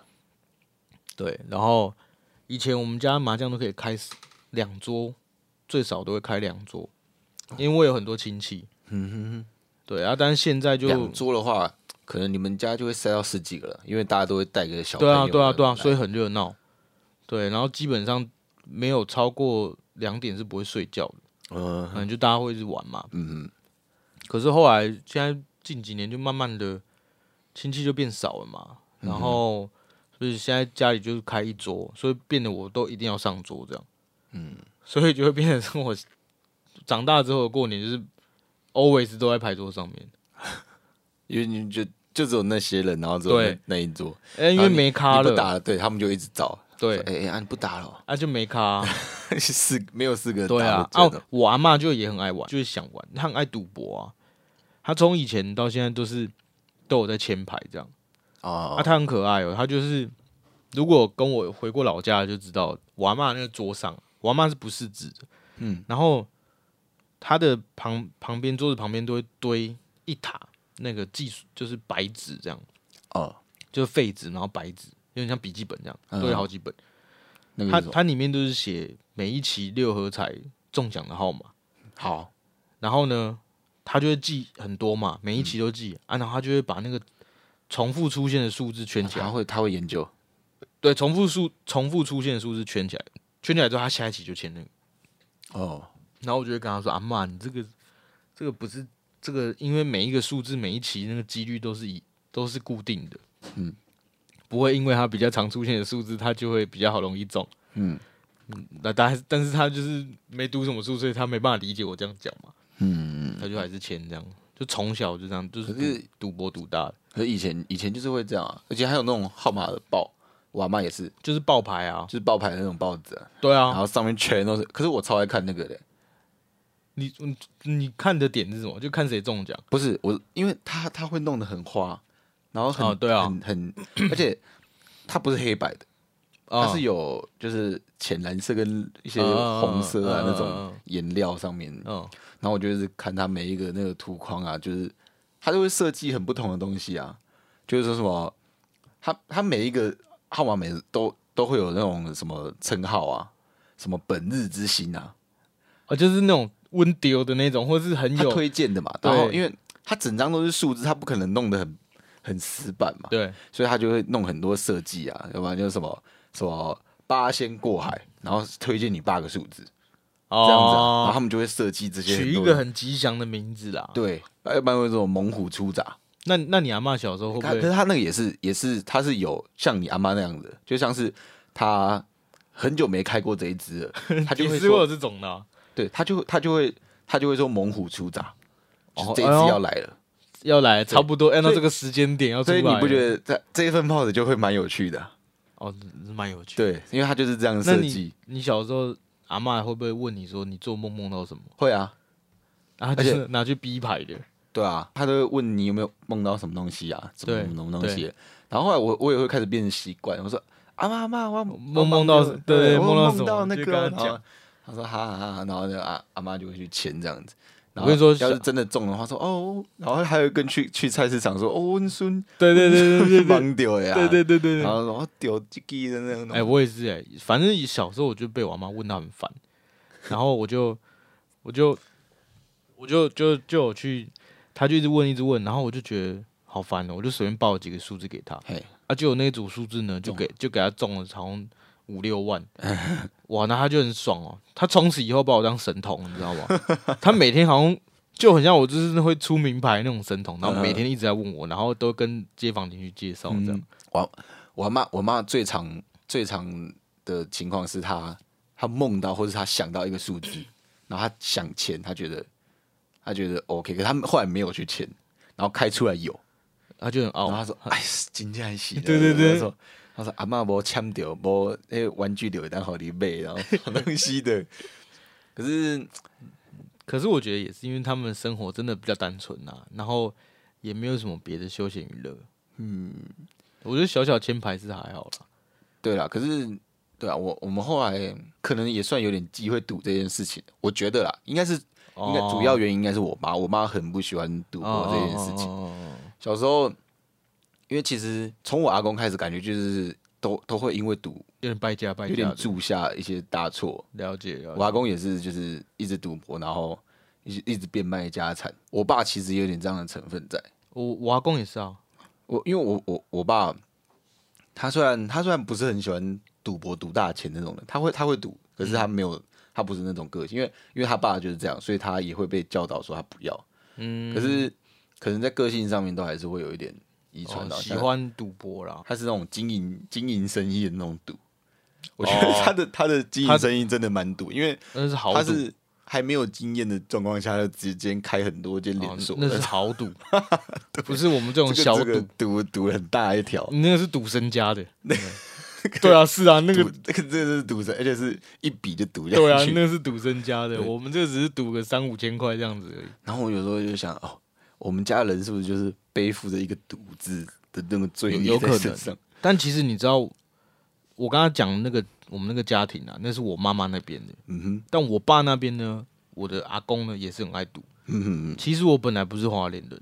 [SPEAKER 2] 对，然后以前我们家麻将都可以开始两桌，最少都会开两桌，因为我有很多亲戚。
[SPEAKER 1] 嗯哼哼。
[SPEAKER 2] 对啊，但是现在就
[SPEAKER 1] 两桌的话，可能你们家就会塞到十几个了，因为大家都会带个小朋
[SPEAKER 2] 对
[SPEAKER 1] 友哎
[SPEAKER 2] 啊，对啊，
[SPEAKER 1] 来
[SPEAKER 2] 对啊，所以
[SPEAKER 1] 来
[SPEAKER 2] 很热闹。对，然后基本上没有超过两点是不会睡觉的，可
[SPEAKER 1] 嗯
[SPEAKER 2] 能就大家会一直玩嘛。
[SPEAKER 1] 嗯
[SPEAKER 2] 可是后来现在近几年就慢慢的亲戚就变少了嘛，然后所以现在家里就是开一桌，所以变得我都一定要上桌这样，
[SPEAKER 1] 嗯，
[SPEAKER 2] 所以就会变成是我长大之后的过年就是 always 都在牌桌上面，
[SPEAKER 1] 因为你就就只有那些人，然后只有
[SPEAKER 2] 对
[SPEAKER 1] 那那一桌，
[SPEAKER 2] 哎、因
[SPEAKER 1] 然
[SPEAKER 2] 为
[SPEAKER 1] 后你
[SPEAKER 2] 没咖
[SPEAKER 1] 你不打
[SPEAKER 2] 了，
[SPEAKER 1] 了，对他们就一直找，
[SPEAKER 2] 对
[SPEAKER 1] 说，哎哎啊你不打了 哦，
[SPEAKER 2] 啊就没咖 啊、
[SPEAKER 1] 四没有四个人
[SPEAKER 2] 对
[SPEAKER 1] 打
[SPEAKER 2] 啊
[SPEAKER 1] 得，
[SPEAKER 2] 啊
[SPEAKER 1] 准哦，
[SPEAKER 2] 我阿妈就也很爱玩，就是想玩，她很爱赌博啊。她从以前到现在都是都有在签牌这样，
[SPEAKER 1] 哦
[SPEAKER 2] 啊，她很可爱哦。她就是如果跟我回过老家就知道，我阿妈那个桌上，我阿妈是不识字的，
[SPEAKER 1] 嗯，
[SPEAKER 2] 然后她的旁旁边桌子旁边都会堆一塔那个技术就是白纸这样，
[SPEAKER 1] 哦，
[SPEAKER 2] 就是废纸，然后白纸，有点像笔记本这样，
[SPEAKER 1] 嗯
[SPEAKER 2] 堆了好几本。
[SPEAKER 1] 那个
[SPEAKER 2] 它
[SPEAKER 1] 是什么
[SPEAKER 2] 它里面都是写每一期六合彩中奖的号码。
[SPEAKER 1] 好，
[SPEAKER 2] 然后呢，他就会记很多嘛，每一期都记、啊，然后他就会把那个重复出现的数字圈起
[SPEAKER 1] 他
[SPEAKER 2] 来，
[SPEAKER 1] 会他会研究，
[SPEAKER 2] 对，重复数重复出现的数字圈起来，圈起来之后，他下一期就签那个。
[SPEAKER 1] 哦，
[SPEAKER 2] 然后我就会跟他说：“阿妈，你这个这个不是这个，因为每一个数字每一期那个几率都是一都是固定的，
[SPEAKER 1] 嗯，
[SPEAKER 2] 不会因为它比较常出现的数字，它就会比较好容易中。
[SPEAKER 1] 嗯
[SPEAKER 2] 那但但是他就是没读什么书，所以他没办法理解我这样讲嘛，
[SPEAKER 1] 嗯，
[SPEAKER 2] 他就还是签这样，就从小就这样，就是
[SPEAKER 1] 可是
[SPEAKER 2] 赌赌博赌大的。”
[SPEAKER 1] 可是以前以前就是会这样啊，而且还有那种号码的报，我阿妈也是，
[SPEAKER 2] 就是爆牌啊
[SPEAKER 1] 就，是报牌的那种报纸啊，
[SPEAKER 2] 对
[SPEAKER 1] 然
[SPEAKER 2] 啊，
[SPEAKER 1] 后上面全都是，可是我超爱看那个的，
[SPEAKER 2] 你你你看的点是什么？就看谁中奖。
[SPEAKER 1] 不是我，因为他他会弄得很花，然后很、
[SPEAKER 2] 哦对啊
[SPEAKER 1] 很很，而且它不是黑白的，
[SPEAKER 2] 啊
[SPEAKER 1] 它是有就是浅蓝色跟一些
[SPEAKER 2] 嗯嗯嗯
[SPEAKER 1] 红色啊
[SPEAKER 2] 嗯嗯
[SPEAKER 1] 那
[SPEAKER 2] 嗯
[SPEAKER 1] 种
[SPEAKER 2] 嗯
[SPEAKER 1] 颜料上面，
[SPEAKER 2] 嗯，
[SPEAKER 1] 然后我就是看它每一个那个图框啊，就是它就会设计很不同的东西啊，就是说什么，它它每一个号码每都都会有那种什么称号啊，什么本日之星啊，
[SPEAKER 2] 啊，就是那种温丢的那种，或是很
[SPEAKER 1] 他
[SPEAKER 2] 有
[SPEAKER 1] 推荐的嘛，
[SPEAKER 2] 对
[SPEAKER 1] 然后因为他整张都是数字，他不可能弄得很很死板嘛，
[SPEAKER 2] 对
[SPEAKER 1] 所以他就会弄很多设计啊，要不然就是什么什么八仙过海，然后推荐你八个数字这样子、啊，然后
[SPEAKER 2] 哦
[SPEAKER 1] 他们就会设计这些
[SPEAKER 2] 取
[SPEAKER 1] 很
[SPEAKER 2] 一
[SPEAKER 1] 多
[SPEAKER 2] 个很吉祥的名字啦。，
[SPEAKER 1] 对，要不然会这种猛虎出闸，
[SPEAKER 2] 那那你阿嬷小时候会不
[SPEAKER 1] 他可是
[SPEAKER 2] 会？
[SPEAKER 1] 他那个也是也是他是有像你阿妈那样的，就像是他很久没开过这一只 了，他就
[SPEAKER 2] 也
[SPEAKER 1] 会
[SPEAKER 2] 是会有
[SPEAKER 1] 说，
[SPEAKER 2] 这种的啊，
[SPEAKER 1] 对，他就他就会他就会说猛虎出闸，就是这一只
[SPEAKER 2] 哎呦
[SPEAKER 1] 要来了。
[SPEAKER 2] 要来差不多按照
[SPEAKER 1] 所以
[SPEAKER 2] 这个时间点要出
[SPEAKER 1] 所
[SPEAKER 2] 来
[SPEAKER 1] 以
[SPEAKER 2] 了。
[SPEAKER 1] 你不觉得这这一份报纸就会蛮有趣的啊、
[SPEAKER 2] 哦，是蛮有趣。，
[SPEAKER 1] 对，因为它就是这样
[SPEAKER 2] 那
[SPEAKER 1] 设
[SPEAKER 2] 你
[SPEAKER 1] 计。
[SPEAKER 2] 你小时候阿嬷会不会问你说你做梦梦到什么？
[SPEAKER 1] 会啊，
[SPEAKER 2] 然后
[SPEAKER 1] 而
[SPEAKER 2] 就
[SPEAKER 1] 且
[SPEAKER 2] 是拿去逼牌的。
[SPEAKER 1] 对啊，他都会问你有没有梦到什么东西啊，什么
[SPEAKER 2] 对
[SPEAKER 1] 什么东西。然后后来我我也会开始变成习惯，我说阿妈阿妈，我
[SPEAKER 2] 梦梦到
[SPEAKER 1] 对
[SPEAKER 2] 对对
[SPEAKER 1] 我
[SPEAKER 2] 梦到
[SPEAKER 1] 梦
[SPEAKER 2] 什么
[SPEAKER 1] 到那
[SPEAKER 2] 就
[SPEAKER 1] 个啊，
[SPEAKER 2] 跟他
[SPEAKER 1] 然后
[SPEAKER 2] 讲
[SPEAKER 1] 他说哈哈哈，然后那个阿阿妈就会去签这样子。然
[SPEAKER 2] 我
[SPEAKER 1] 后
[SPEAKER 2] 跟你说
[SPEAKER 1] 要是
[SPEAKER 2] 小
[SPEAKER 1] 真的中的话，说哦，然后还有跟去去菜市场说哦，温孙
[SPEAKER 2] 对对对 对对对
[SPEAKER 1] 忙丢呀，
[SPEAKER 2] 对对对对对
[SPEAKER 1] 然。后说哦丢这个的那种东
[SPEAKER 2] 哎、
[SPEAKER 1] 西，
[SPEAKER 2] 我也是哎、反正小时候我就被我妈问到很烦，然后我就我就我就就就有去，她就一直问一直问，然后我就觉得好烦哦、我就随便报了几个数字给她，
[SPEAKER 1] 嘿，
[SPEAKER 2] 啊，就有那组数字呢，就给就给她中了，好像五 六万，哇，那她就很爽哦、她从此以后把我当神童，你知道吗？她每天好像。就很像我就是会出名牌那种神童，然
[SPEAKER 1] 嗯
[SPEAKER 2] 后每天一直在问我，然后都跟街坊邻居介绍这样。
[SPEAKER 1] 我我妈我妈最常最常的情况是她她梦到或是她想到一个数字，然后她想签，她觉得她觉得 OK，可是她后来没有去签，然后开出来有，
[SPEAKER 2] 她就很傲
[SPEAKER 1] 然后她说：“哎，今天还行。”
[SPEAKER 2] 对对对
[SPEAKER 1] 她说：“她说阿妈无签到，无那个玩具留当好你买，然后什么东西的。”可是
[SPEAKER 2] 可是我觉得也是因为他们的生活真的比较单纯呐、然后也没有什么别的休闲娱乐。
[SPEAKER 1] 嗯，
[SPEAKER 2] 我觉得小小签牌是还好啦，
[SPEAKER 1] 对啦，可是对啊，我我们后来可能也算有点机会赌这件事情，我觉得啦，应该是应该主要原因应该是我妈，我妈很不喜欢赌
[SPEAKER 2] 赌
[SPEAKER 1] 博这件事情。
[SPEAKER 2] 情，
[SPEAKER 1] 小时候，因为其实从我阿公开始，感觉就是都都会因为赌
[SPEAKER 2] 有点败家败
[SPEAKER 1] 有
[SPEAKER 2] 家
[SPEAKER 1] 点
[SPEAKER 2] 的。
[SPEAKER 1] 铸下一些大错。
[SPEAKER 2] 了解了
[SPEAKER 1] 我
[SPEAKER 2] 解，
[SPEAKER 1] 阿公也是，就是一直赌博，然后一直一直变卖家产。我爸其实也有点这样的成分在。
[SPEAKER 2] 我我阿公也是啊，
[SPEAKER 1] 我因为我我我爸，他虽然他虽然不是很喜欢赌博赌大钱那种人，他会他会赌，可是他没有、他不是那种个性，因为因为他爸就是这样，所以他也会被教导说他不要。
[SPEAKER 2] 嗯，
[SPEAKER 1] 可是可能在个性上面都还是会有一点遗传
[SPEAKER 2] 哦
[SPEAKER 1] 到、
[SPEAKER 2] 喜
[SPEAKER 1] 像
[SPEAKER 2] 欢赌博啦，
[SPEAKER 1] 他是那种经营经营生意的那种赌。
[SPEAKER 2] 哦
[SPEAKER 1] 我觉得 他的、他的经
[SPEAKER 2] 他
[SPEAKER 1] 营生意真的蛮赌，因为
[SPEAKER 2] 那是豪
[SPEAKER 1] 他
[SPEAKER 2] 赌，哦
[SPEAKER 1] 是还没有经验的状况下，他直接开很多间
[SPEAKER 2] 哦
[SPEAKER 1] 连锁，
[SPEAKER 2] 那是豪 赌，不是嗯我们这种小
[SPEAKER 1] 这
[SPEAKER 2] 赌，
[SPEAKER 1] 个这个赌赌很大一条，
[SPEAKER 2] 你那个是赌身 家的。对啊，是啊，那
[SPEAKER 1] 赌
[SPEAKER 2] 个
[SPEAKER 1] 这个真的是赌神，而且是一笔就赌下去。
[SPEAKER 2] 对啊，那个是赌身家的，我们这只是赌个三五千块这样子而已。
[SPEAKER 1] 然后我有时候就想，哦，我们家人是不是就是背负着一个“赌”字的那个罪
[SPEAKER 2] 有
[SPEAKER 1] 孽
[SPEAKER 2] 有可
[SPEAKER 1] 在身
[SPEAKER 2] 能
[SPEAKER 1] 上？
[SPEAKER 2] 但其实你知道，我刚刚讲那个我们那个家庭啊，那是我妈妈那边的，
[SPEAKER 1] 嗯哼，
[SPEAKER 2] 但我爸那边呢，我的阿公呢也是很爱赌。
[SPEAKER 1] 嗯哼，嗯
[SPEAKER 2] 其实我本来不是花莲人的，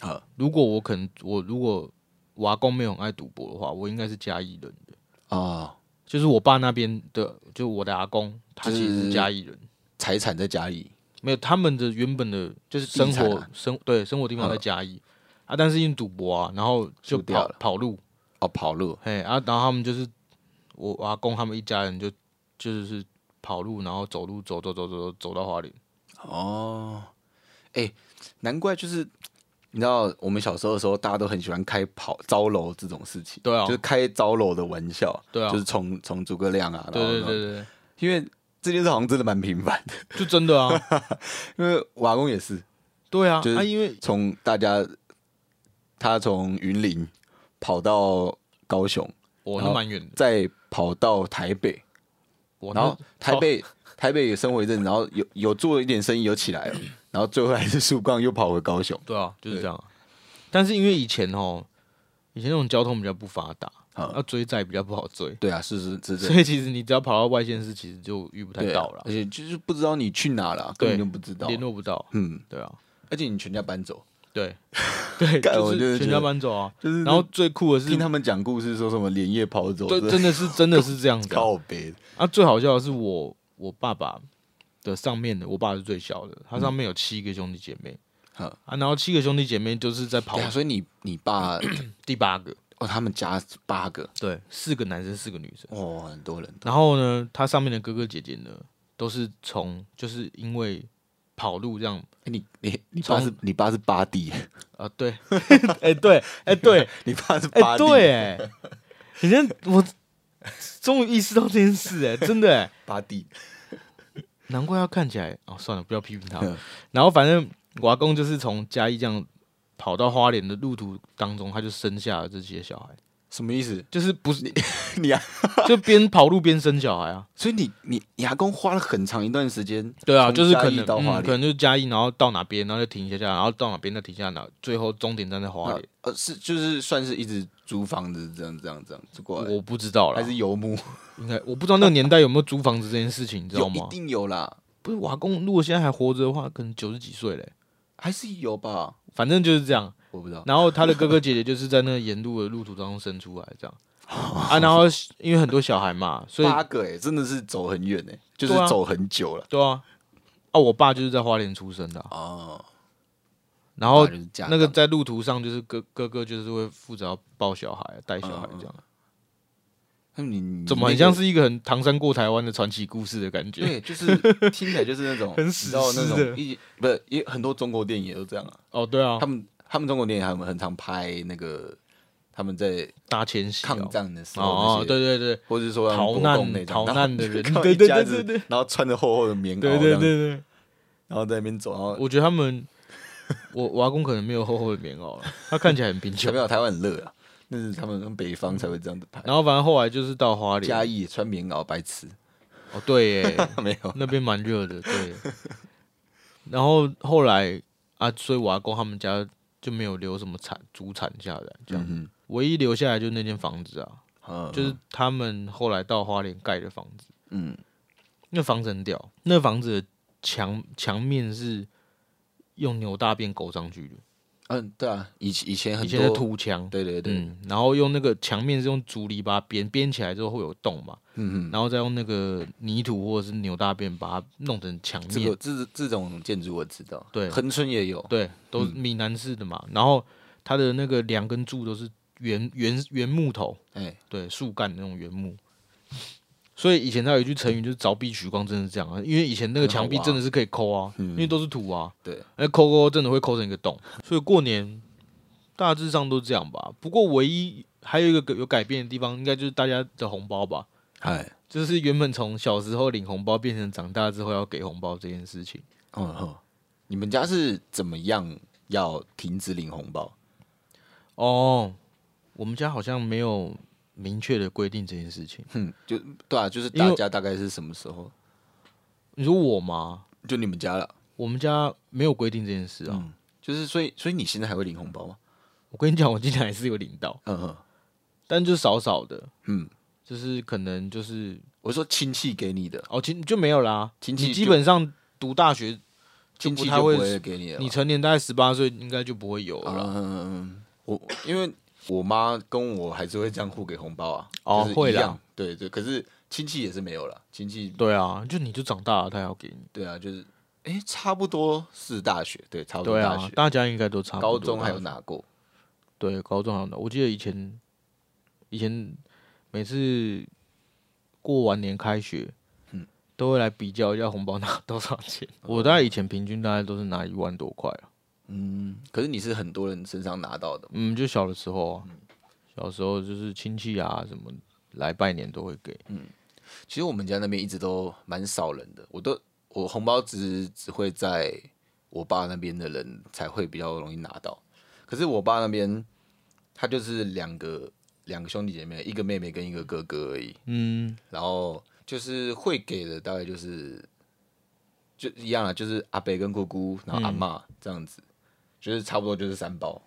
[SPEAKER 1] 哼好
[SPEAKER 2] 如果我肯我如果我阿公没有很爱赌博的话，我应该是嘉义人的。
[SPEAKER 1] 哦，
[SPEAKER 2] 就是我爸那边的，就我的阿公，他其实
[SPEAKER 1] 就是是
[SPEAKER 2] 嘉义人，
[SPEAKER 1] 财产在家里，
[SPEAKER 2] 没有他们的原本的
[SPEAKER 1] 就是地
[SPEAKER 2] 生
[SPEAKER 1] 产
[SPEAKER 2] 活
[SPEAKER 1] 啊
[SPEAKER 2] 生对生活地方在嘉义啊，但是因为赌博啊，然后就
[SPEAKER 1] 输掉
[SPEAKER 2] 跑
[SPEAKER 1] 了
[SPEAKER 2] 跑路，
[SPEAKER 1] 哦，跑路，
[SPEAKER 2] 嘿啊，然后他们就是我我阿公他们一家人就就是跑路，然后走路走走走走走走到花莲，
[SPEAKER 1] 哦，哎、难怪就是。你知道我们小时候的时候，大家都很喜欢开跑招楼这种事情，
[SPEAKER 2] 对啊
[SPEAKER 1] 就是开招楼的玩笑，
[SPEAKER 2] 对啊
[SPEAKER 1] 就是从从诸葛亮啊，
[SPEAKER 2] 对
[SPEAKER 1] 然后
[SPEAKER 2] 对
[SPEAKER 1] 那
[SPEAKER 2] 对对，
[SPEAKER 1] 因为这件事好像真的蛮频繁的，
[SPEAKER 2] 对就真 的啊，
[SPEAKER 1] 因为瓦工也是
[SPEAKER 2] 对啊，
[SPEAKER 1] 就是
[SPEAKER 2] 啊因为
[SPEAKER 1] 从大家，他从云林跑到高雄，
[SPEAKER 2] 我
[SPEAKER 1] 然
[SPEAKER 2] 那
[SPEAKER 1] 后
[SPEAKER 2] 蛮远的，
[SPEAKER 1] 再跑到台北，
[SPEAKER 2] 我
[SPEAKER 1] 然
[SPEAKER 2] 那
[SPEAKER 1] 后台北台北也生活一阵，然后有有做一点生意，有起来了，然后最后还是树杠又跑回高雄。
[SPEAKER 2] 对啊，就是
[SPEAKER 1] 对
[SPEAKER 2] 这样啊。但是因为以前哦，以前那种交通比较不发达，
[SPEAKER 1] 嗯
[SPEAKER 2] 要追债比较不好追，
[SPEAKER 1] 对啊，是是是这
[SPEAKER 2] 所以其实你只要跑到外县市，其实就遇不太
[SPEAKER 1] 对啊
[SPEAKER 2] 到了
[SPEAKER 1] 而，且就是不知道你去哪了，啊根
[SPEAKER 2] 对
[SPEAKER 1] 本就不知道。
[SPEAKER 2] 联络 不到，
[SPEAKER 1] 嗯，
[SPEAKER 2] 对啊，
[SPEAKER 1] 而且你全家搬走，
[SPEAKER 2] 对对，
[SPEAKER 1] 干
[SPEAKER 2] 就
[SPEAKER 1] 我真
[SPEAKER 2] 是
[SPEAKER 1] 的
[SPEAKER 2] 全
[SPEAKER 1] 觉
[SPEAKER 2] 家
[SPEAKER 1] 得
[SPEAKER 2] 搬走啊。
[SPEAKER 1] 就是
[SPEAKER 2] 然后最酷的是
[SPEAKER 1] 听，他们讲故事说什么连夜跑走，
[SPEAKER 2] 对，
[SPEAKER 1] 真的
[SPEAKER 2] 真的是真的是这样子啊。
[SPEAKER 1] 靠北。
[SPEAKER 2] 啊，最好笑的是我我爸爸的上面的，我爸是最小的，他上面有七个兄弟姐妹。
[SPEAKER 1] 嗯
[SPEAKER 2] 啊，然后七个兄弟姐妹就是在跑
[SPEAKER 1] 对啊，所以你你爸
[SPEAKER 2] 第八个，
[SPEAKER 1] 哦，他们家八个，
[SPEAKER 2] 对，四个男生，四个女生。
[SPEAKER 1] 哦，很多人，
[SPEAKER 2] 然后呢，他上面的哥哥姐姐呢，都是从就是因为跑路这样
[SPEAKER 1] 欸你你你爸
[SPEAKER 2] 从
[SPEAKER 1] 是你爸是巴蒂，
[SPEAKER 2] 啊，对， 哎、对，哎、对，
[SPEAKER 1] 你爸是
[SPEAKER 2] 哎、
[SPEAKER 1] 巴蒂，
[SPEAKER 2] 对，哎，你看我终于意识到这件事、哎，真的、哎，
[SPEAKER 1] 巴蒂，
[SPEAKER 2] 难怪他看起来哦，算了，不要批评他
[SPEAKER 1] 嗯。
[SPEAKER 2] 然后反正我阿公就是从嘉义这样跑到花莲的路途当中，他就生下了这些小孩，
[SPEAKER 1] 什么意思？
[SPEAKER 2] 就是不 是
[SPEAKER 1] 你啊，
[SPEAKER 2] 就边跑路边生小孩啊？
[SPEAKER 1] 所以你你你阿公花了很长一段时间，
[SPEAKER 2] 对啊，
[SPEAKER 1] 从
[SPEAKER 2] 就是
[SPEAKER 1] 嘉
[SPEAKER 2] 可
[SPEAKER 1] 义
[SPEAKER 2] 能、
[SPEAKER 1] 到
[SPEAKER 2] 嗯
[SPEAKER 1] 花
[SPEAKER 2] 可能
[SPEAKER 1] 莲，
[SPEAKER 2] 就是嘉义，然后到哪边，然后就停一下下，然后到哪边再停下哪，最后终点站在花
[SPEAKER 1] 呃
[SPEAKER 2] 莲。
[SPEAKER 1] 呃是就是算是一直租房子这样这样这样子过来，
[SPEAKER 2] 我不知道啦
[SPEAKER 1] 还，是游牧，
[SPEAKER 2] 应该我不知道那个年代有没有租房子这件事情，你知道
[SPEAKER 1] 有一
[SPEAKER 2] 吗？
[SPEAKER 1] 定有啦，
[SPEAKER 2] 不是我阿公，如果现在还活着的话，可能九十几岁嘞、
[SPEAKER 1] 还是有吧，
[SPEAKER 2] 反正就是这样。
[SPEAKER 1] 我不知道，
[SPEAKER 2] 然后他的哥哥姐姐就是在那沿路的路途当中生出来，这样啊。然后因为很多小孩嘛，所以
[SPEAKER 1] 八个哎，真的是走很远哎，就是
[SPEAKER 2] 对啊
[SPEAKER 1] 走很久了
[SPEAKER 2] 对啊，啊，我爸就是在花莲出生的啊、
[SPEAKER 1] 哦，
[SPEAKER 2] 然后
[SPEAKER 1] 爸就是家
[SPEAKER 2] 那个
[SPEAKER 1] 长
[SPEAKER 2] 在路途上就是哥哥哥就是会负责要抱小孩、啊带小孩这样，
[SPEAKER 1] 那你你
[SPEAKER 2] 怎么很
[SPEAKER 1] 嗯那个
[SPEAKER 2] 像是一个很唐山过台湾的传奇故事的感觉？
[SPEAKER 1] 对，就是 听起来就是那种
[SPEAKER 2] 很
[SPEAKER 1] 你
[SPEAKER 2] 史
[SPEAKER 1] 知道那
[SPEAKER 2] 诗
[SPEAKER 1] 种
[SPEAKER 2] 的
[SPEAKER 1] 一不是也很多中国电影也都这样啊。
[SPEAKER 2] 哦，对啊
[SPEAKER 1] 他，们他们中国电影他们很常拍那个他们在
[SPEAKER 2] 大迁徙、
[SPEAKER 1] 抗
[SPEAKER 2] 哦，
[SPEAKER 1] 战的时候
[SPEAKER 2] 哦
[SPEAKER 1] 那，些，
[SPEAKER 2] 对对对
[SPEAKER 1] 或者是说他们
[SPEAKER 2] 逃
[SPEAKER 1] 国
[SPEAKER 2] 难
[SPEAKER 1] 共内战
[SPEAKER 2] 逃
[SPEAKER 1] 然后
[SPEAKER 2] 难 的人
[SPEAKER 1] 看到
[SPEAKER 2] 对
[SPEAKER 1] 一
[SPEAKER 2] 对
[SPEAKER 1] 家
[SPEAKER 2] 对
[SPEAKER 1] 子
[SPEAKER 2] 对对
[SPEAKER 1] 然后穿着厚厚的棉袄，这
[SPEAKER 2] 对对对
[SPEAKER 1] 样
[SPEAKER 2] 对，
[SPEAKER 1] 然后在那边走，然后
[SPEAKER 2] 我觉得他们，我我阿公可能没有厚厚的棉袄了，他看起来很贫
[SPEAKER 1] 小
[SPEAKER 2] 穷
[SPEAKER 1] 朋。友台湾很热啊，那是他们北方才会这样子拍。
[SPEAKER 2] 然后反正后来就是到花
[SPEAKER 1] 嘉
[SPEAKER 2] 莲，
[SPEAKER 1] 义穿棉袄，白痴，
[SPEAKER 2] 哦对耶，
[SPEAKER 1] 没有
[SPEAKER 2] 那边蛮热的，对。然后后来啊，所以我阿公他们家就没有留什么产祖产下来，这样、
[SPEAKER 1] 嗯
[SPEAKER 2] 唯一留下来就是那间房子啊，
[SPEAKER 1] 哼，
[SPEAKER 2] 就是他们后来到花莲盖的房子。
[SPEAKER 1] 嗯，
[SPEAKER 2] 那房子很屌，那房子的墙墙面是用牛大便勾上去的，
[SPEAKER 1] 嗯，对啊，以以前很
[SPEAKER 2] 以前的
[SPEAKER 1] 多，
[SPEAKER 2] 土墙。
[SPEAKER 1] 对对对，嗯
[SPEAKER 2] 嗯，然后用那个墙面是用竹篱把它编编起来之后会有洞嘛，
[SPEAKER 1] 嗯，
[SPEAKER 2] 然后再用那个泥土或者是牛大便把它弄成墙面。
[SPEAKER 1] 这个这这种建筑我知道，
[SPEAKER 2] 对
[SPEAKER 1] 恒春也有，
[SPEAKER 2] 对，都是闽南式的嘛。然后它的那个梁跟柱都是圆圆圆木头，
[SPEAKER 1] 哎，
[SPEAKER 2] 对，树干那种原木。所以以前他有一句成语就是“凿壁取光”，真的是这样啊。因为以前那个墙壁
[SPEAKER 1] 很好挖
[SPEAKER 2] 真的是可以抠啊，
[SPEAKER 1] 嗯
[SPEAKER 2] 因为都是土啊，
[SPEAKER 1] 对，
[SPEAKER 2] 那抠抠真的会抠成一个洞。所以过年大致上都这样吧。不过唯一还有一个有改变的地方，应该就是大家的红包吧。
[SPEAKER 1] 哎，
[SPEAKER 2] 就是原本从小时候领红包变成长大之后要给红包这件事情。
[SPEAKER 1] 哦哦，你们家是怎么样要停止领红包？
[SPEAKER 2] 哦，我们家好像没有明确的规定这件 事情。
[SPEAKER 1] 哼，就对啊，就是
[SPEAKER 2] 因为
[SPEAKER 1] 大家大概是什么时候？
[SPEAKER 2] 你说我吗？
[SPEAKER 1] 就你们家了，
[SPEAKER 2] 我们家没有规定这件事啊。
[SPEAKER 1] 嗯就是所以，所以你现在还会领红包吗？
[SPEAKER 2] 我跟你讲，我今年还是有领到，
[SPEAKER 1] 嗯哼，
[SPEAKER 2] 但就少少的，
[SPEAKER 1] 嗯，
[SPEAKER 2] 就是可能就是
[SPEAKER 1] 我说亲戚给你的，
[SPEAKER 2] 哦，亲就没有啦。
[SPEAKER 1] 亲戚
[SPEAKER 2] 你基
[SPEAKER 1] 就
[SPEAKER 2] 本上读大学，
[SPEAKER 1] 亲
[SPEAKER 2] 不
[SPEAKER 1] 戚
[SPEAKER 2] 太
[SPEAKER 1] 就
[SPEAKER 2] 会
[SPEAKER 1] 不会给你了吧。
[SPEAKER 2] 你成年大概十八岁应该就不会有了啦。
[SPEAKER 1] 嗯，我因为我妈跟我还是会这样互给红包啊，
[SPEAKER 2] 哦
[SPEAKER 1] 就是一
[SPEAKER 2] 会啦
[SPEAKER 1] 样，对对，可是亲戚也是没有了，亲戚
[SPEAKER 2] 对啊，就你就长大了，他要给你。
[SPEAKER 1] 对啊，就是哎、诶差不多是大学，对，差不多
[SPEAKER 2] 对
[SPEAKER 1] 大
[SPEAKER 2] 啊
[SPEAKER 1] 学，，
[SPEAKER 2] 大家应该都差不多
[SPEAKER 1] 高
[SPEAKER 2] 大。
[SPEAKER 1] 中还有拿过，
[SPEAKER 2] 对，高中好像的。我记得以前，以前每次过完年开学，
[SPEAKER 1] 嗯哦
[SPEAKER 2] 都会来比较一下红包拿多少 钱。我大概以前平均大概都是拿一万多块啊
[SPEAKER 1] 嗯，可是你是很多人身上拿到的，
[SPEAKER 2] 嗯，就小的时候啊，小时候就是亲戚啊什么来拜年都会给。
[SPEAKER 1] 其实我们家那边一直都蛮少人的，我都我红包只只会在我爸那边的人才会比较容易拿到，可是我爸那边他就是两个两个兄弟姐妹，一个妹妹跟一个哥哥而已，
[SPEAKER 2] 嗯，
[SPEAKER 1] 然后就是会给的大概就是就一样啊，就是阿伯跟姑姑，然后
[SPEAKER 2] 嗯
[SPEAKER 1] 阿嬷这样子，就是差不多就是三包。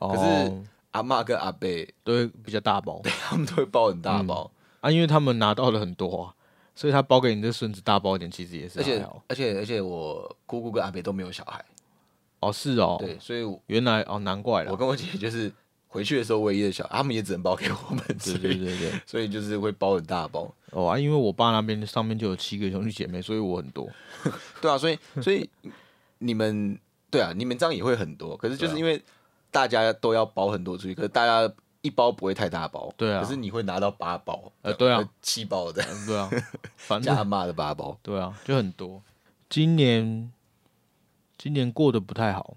[SPEAKER 2] 可
[SPEAKER 1] 是阿嬷跟阿伯
[SPEAKER 2] 都会哦比较大包
[SPEAKER 1] 他们都会包很大包，
[SPEAKER 2] 啊，因为他们拿到的很多啊，所以他包给你的孙子大包一点，其实也是
[SPEAKER 1] 而且
[SPEAKER 2] 还好
[SPEAKER 1] 而且而且我姑姑跟阿伯都没有小孩，
[SPEAKER 2] 哦，是哦，
[SPEAKER 1] 对，所以我
[SPEAKER 2] 原来哦，难怪了
[SPEAKER 1] 我，跟我姐就是回去的时候唯一的小孩，他们也只能包给我们，所
[SPEAKER 2] 对对
[SPEAKER 1] 以
[SPEAKER 2] 对对。
[SPEAKER 1] 所以就是会包很大包。
[SPEAKER 2] 哦啊，因为我爸那边上面就有七个兄弟姐妹，所以我很多。
[SPEAKER 1] 对啊，所以所以你们对啊，你们这样也会很多，可是
[SPEAKER 2] 啊
[SPEAKER 1] 就是因为大家都要包很多出去，可是大家一包不会太大包，
[SPEAKER 2] 对啊
[SPEAKER 1] 可是你呃会拿到八包，
[SPEAKER 2] 呃对啊，
[SPEAKER 1] 七包的
[SPEAKER 2] 嗯对 啊，反
[SPEAKER 1] 加
[SPEAKER 2] 正
[SPEAKER 1] 妈的八包，
[SPEAKER 2] 对啊，就很多。今年今年过得不太好，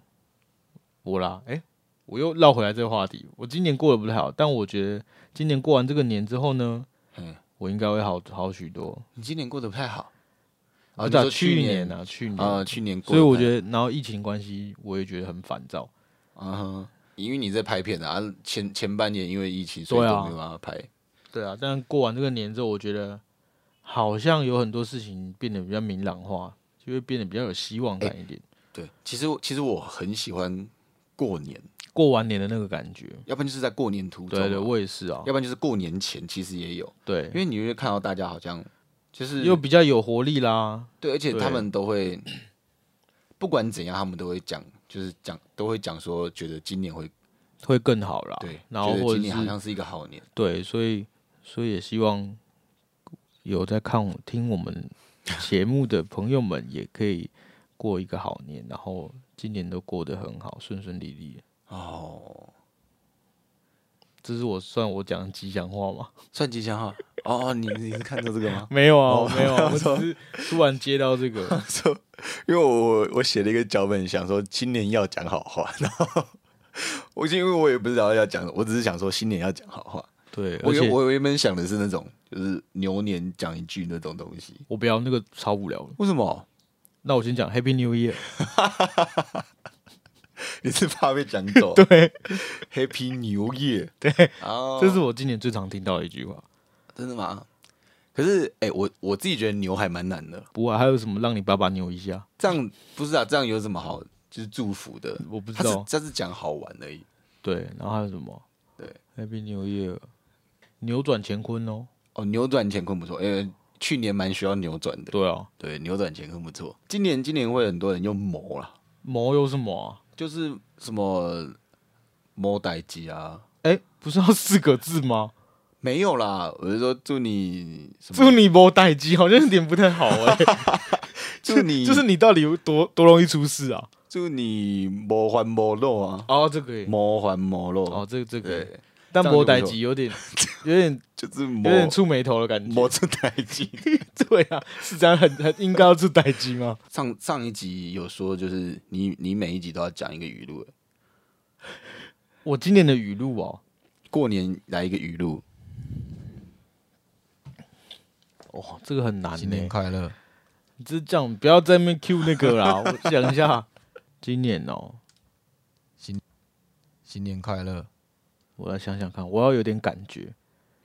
[SPEAKER 2] 我啦，诶，我又绕回来这个话题。我今年过得不太好，但我觉得今年过完这个年之后呢，
[SPEAKER 1] 嗯，
[SPEAKER 2] 我应该会好好许多。
[SPEAKER 1] 你今年过得不太好，
[SPEAKER 2] 不
[SPEAKER 1] 啊，
[SPEAKER 2] 知道
[SPEAKER 1] 你说
[SPEAKER 2] 去
[SPEAKER 1] 年
[SPEAKER 2] 啊，去年，
[SPEAKER 1] 啊，去年过
[SPEAKER 2] 所
[SPEAKER 1] 得不太
[SPEAKER 2] 以
[SPEAKER 1] 好，
[SPEAKER 2] 我觉得，然后疫情关系，我也觉得很烦躁。
[SPEAKER 1] 啊哈，因为你在拍片啊，啊前前半年因为疫情，所以
[SPEAKER 2] 对啊
[SPEAKER 1] 都没有办法拍，
[SPEAKER 2] 对啊，但过完这个年之后，我觉得好像有很多事情变得比较明朗化，就会变得比较有希望
[SPEAKER 1] 哎
[SPEAKER 2] 感一点。
[SPEAKER 1] 对，其实我其实我很喜欢过年，
[SPEAKER 2] 过完年的那个感觉，
[SPEAKER 1] 要不然就是在过年途中啊，
[SPEAKER 2] 对对，我也是啊
[SPEAKER 1] 要，不然就是过年前，其实也有。因
[SPEAKER 2] 对，
[SPEAKER 1] 为你会看到大家好像就是
[SPEAKER 2] 又比较有活力啦。
[SPEAKER 1] 对，而且
[SPEAKER 2] 对
[SPEAKER 1] 他们都会 不管怎样，他们都会讲，就是讲都会讲说，觉得今年会
[SPEAKER 2] 会更好啦，
[SPEAKER 1] 对，
[SPEAKER 2] 然后
[SPEAKER 1] 觉得
[SPEAKER 2] 或
[SPEAKER 1] 今
[SPEAKER 2] 者
[SPEAKER 1] 年好
[SPEAKER 2] 是
[SPEAKER 1] 像是一个好年，
[SPEAKER 2] 对，所以所以也希望有在看我听我们节目的朋友们，也可以过一个好年，然后今年都过得很好，顺顺利利。
[SPEAKER 1] 哦，
[SPEAKER 2] 这是我算我讲的吉祥话吗？？
[SPEAKER 1] 算吉祥哈。哦，哦你你是看到这个吗
[SPEAKER 2] 没有啊，
[SPEAKER 1] 哦，
[SPEAKER 2] 我没有啊，我只是突然接到这个
[SPEAKER 1] 说， 因为我我写了一个脚本，想说今年要讲好话， 然后我因为我也不知道要讲，我只是想说新年要讲好话。
[SPEAKER 2] 对，
[SPEAKER 1] 我
[SPEAKER 2] 而
[SPEAKER 1] 原
[SPEAKER 2] 且
[SPEAKER 1] 我原本想的是那种，就是牛年讲一句那种东西。
[SPEAKER 2] 我不要那个超无聊的。
[SPEAKER 1] 为什么？
[SPEAKER 2] 那我先讲 Happy New Year，
[SPEAKER 1] 你是怕被讲走？对，Happy New Year。对，哦，
[SPEAKER 2] 这是我今年最常听到的一句话。
[SPEAKER 1] 真的吗？可是，哎、我我自己觉得牛还蛮难的。
[SPEAKER 2] 不过还有什么让你爸爸扭一下？
[SPEAKER 1] 这样不是啊？这样有什么好就是祝福的？
[SPEAKER 2] 我不
[SPEAKER 1] 他
[SPEAKER 2] 知
[SPEAKER 1] 是
[SPEAKER 2] 道。
[SPEAKER 1] 他是讲好玩而已。
[SPEAKER 2] 对，然后还有什么
[SPEAKER 1] 对，
[SPEAKER 2] Happy New Year，扭转乾坤哦。
[SPEAKER 1] 哦，扭转乾坤不错，哎、去年蛮需要扭转的。
[SPEAKER 2] 对啊，
[SPEAKER 1] 对，扭转乾坤不错。今年今年会很多人用谋啦，
[SPEAKER 2] 谋有什么啊？
[SPEAKER 1] 就是什么谋代机啊，
[SPEAKER 2] 哎，不是要四个字吗？
[SPEAKER 1] 没有啦。我是说祝你什
[SPEAKER 2] 祝
[SPEAKER 1] 么？
[SPEAKER 2] 你谋待 机，好像有点不太好哎。
[SPEAKER 1] 祝你
[SPEAKER 2] 就是你到底有多多容易出事啊？
[SPEAKER 1] 祝你无烦无恼啊，
[SPEAKER 2] 哦，这个也
[SPEAKER 1] 无烦无
[SPEAKER 2] 哦
[SPEAKER 1] 恼，，
[SPEAKER 2] 这个这个也，
[SPEAKER 1] 对，
[SPEAKER 2] 但
[SPEAKER 1] 这样就
[SPEAKER 2] 博
[SPEAKER 1] 不
[SPEAKER 2] 代
[SPEAKER 1] 错
[SPEAKER 2] 吉有点有点
[SPEAKER 1] 就是
[SPEAKER 2] 有点
[SPEAKER 1] 无
[SPEAKER 2] 触眉头的感觉。
[SPEAKER 1] 无出代志。
[SPEAKER 2] 对啊，是这样很很应该要出代吉吗？
[SPEAKER 1] 上上一集有说，就是你你每一集都要讲一个语录，
[SPEAKER 2] 我今年的语录哦，
[SPEAKER 1] 过年来一个语录，
[SPEAKER 2] 哇，这个很难呢、
[SPEAKER 1] 快乐，
[SPEAKER 2] 你这这样不要在那边 Q 那个 啦，我想一下，今年哦，
[SPEAKER 1] 新年快乐，
[SPEAKER 2] 我来想想看，我要有点感觉。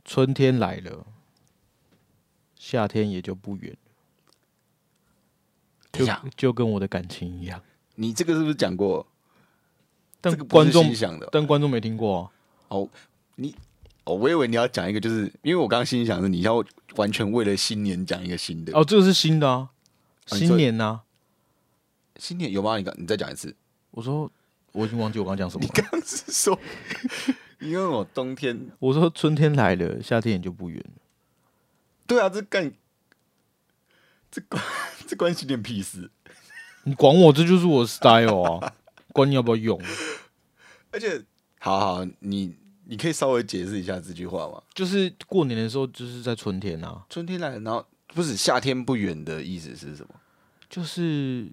[SPEAKER 2] 春天来了，夏天也就不远
[SPEAKER 1] 等一下
[SPEAKER 2] 了，就跟我的感情一样。
[SPEAKER 1] 你这个是不是讲过？
[SPEAKER 2] 但
[SPEAKER 1] 这个不
[SPEAKER 2] 观
[SPEAKER 1] 是
[SPEAKER 2] 众
[SPEAKER 1] 心，想的哦
[SPEAKER 2] 但观众没听过、啊，
[SPEAKER 1] 哦，我以为你要讲一个，就是因为我刚刚心里想的，你要完全为了新年讲一个新的。
[SPEAKER 2] 哦，这个是新的啊，
[SPEAKER 1] 你说
[SPEAKER 2] 新年啊呐、
[SPEAKER 1] 新年有吗？你刚你再讲一次。
[SPEAKER 2] 我说我已经忘记我刚刚讲什么
[SPEAKER 1] 你
[SPEAKER 2] 了。
[SPEAKER 1] 刚刚是说， 你问我冬天？
[SPEAKER 2] 我说春天来了，夏天也就不远了。
[SPEAKER 1] 对啊，这干这关这关新年屁事。
[SPEAKER 2] 你管我，这就是我的 style 啊，管你要不要用。
[SPEAKER 1] 而且，好好，你你可以稍微解释一下这句话吗？
[SPEAKER 2] 就是过年的时候，就是在春天啊，
[SPEAKER 1] 春天来了，然后不是夏天不远的意思是什么？
[SPEAKER 2] 就是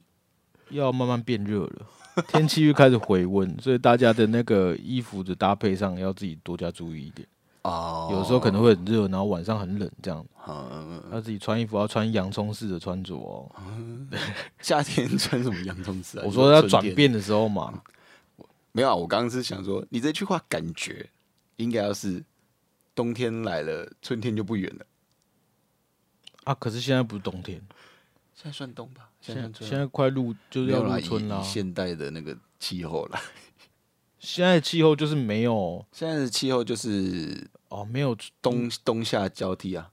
[SPEAKER 2] 要慢慢变热了，天气又开始回温，所以大家的那个衣服的搭配上要自己多加注意一点。
[SPEAKER 1] 哦
[SPEAKER 2] 有时候可能会很热，然后晚上很冷，这样
[SPEAKER 1] 嗯，
[SPEAKER 2] 要自己穿衣服要穿洋葱式的穿着哦。
[SPEAKER 1] 夏天穿什么洋葱丝啊？
[SPEAKER 2] 我说要
[SPEAKER 1] 春
[SPEAKER 2] 转
[SPEAKER 1] 天
[SPEAKER 2] 变的时候嘛，
[SPEAKER 1] 没有啊，我刚刚是想说，你这句话感觉应该要是冬天来了，春天就不远了。
[SPEAKER 2] 啊，可是现在不是冬天，
[SPEAKER 1] 现在算冬吧，
[SPEAKER 2] 现
[SPEAKER 1] 在
[SPEAKER 2] 在
[SPEAKER 1] 算春
[SPEAKER 2] 现在快入就是
[SPEAKER 1] 没
[SPEAKER 2] 要
[SPEAKER 1] 有啦，
[SPEAKER 2] 入
[SPEAKER 1] 以
[SPEAKER 2] 春啦
[SPEAKER 1] 以。现代的那个气候啦，
[SPEAKER 2] 现在的气候就是没有
[SPEAKER 1] 现在的气候就是
[SPEAKER 2] 哦，没有
[SPEAKER 1] 冬冬夏交替 啊，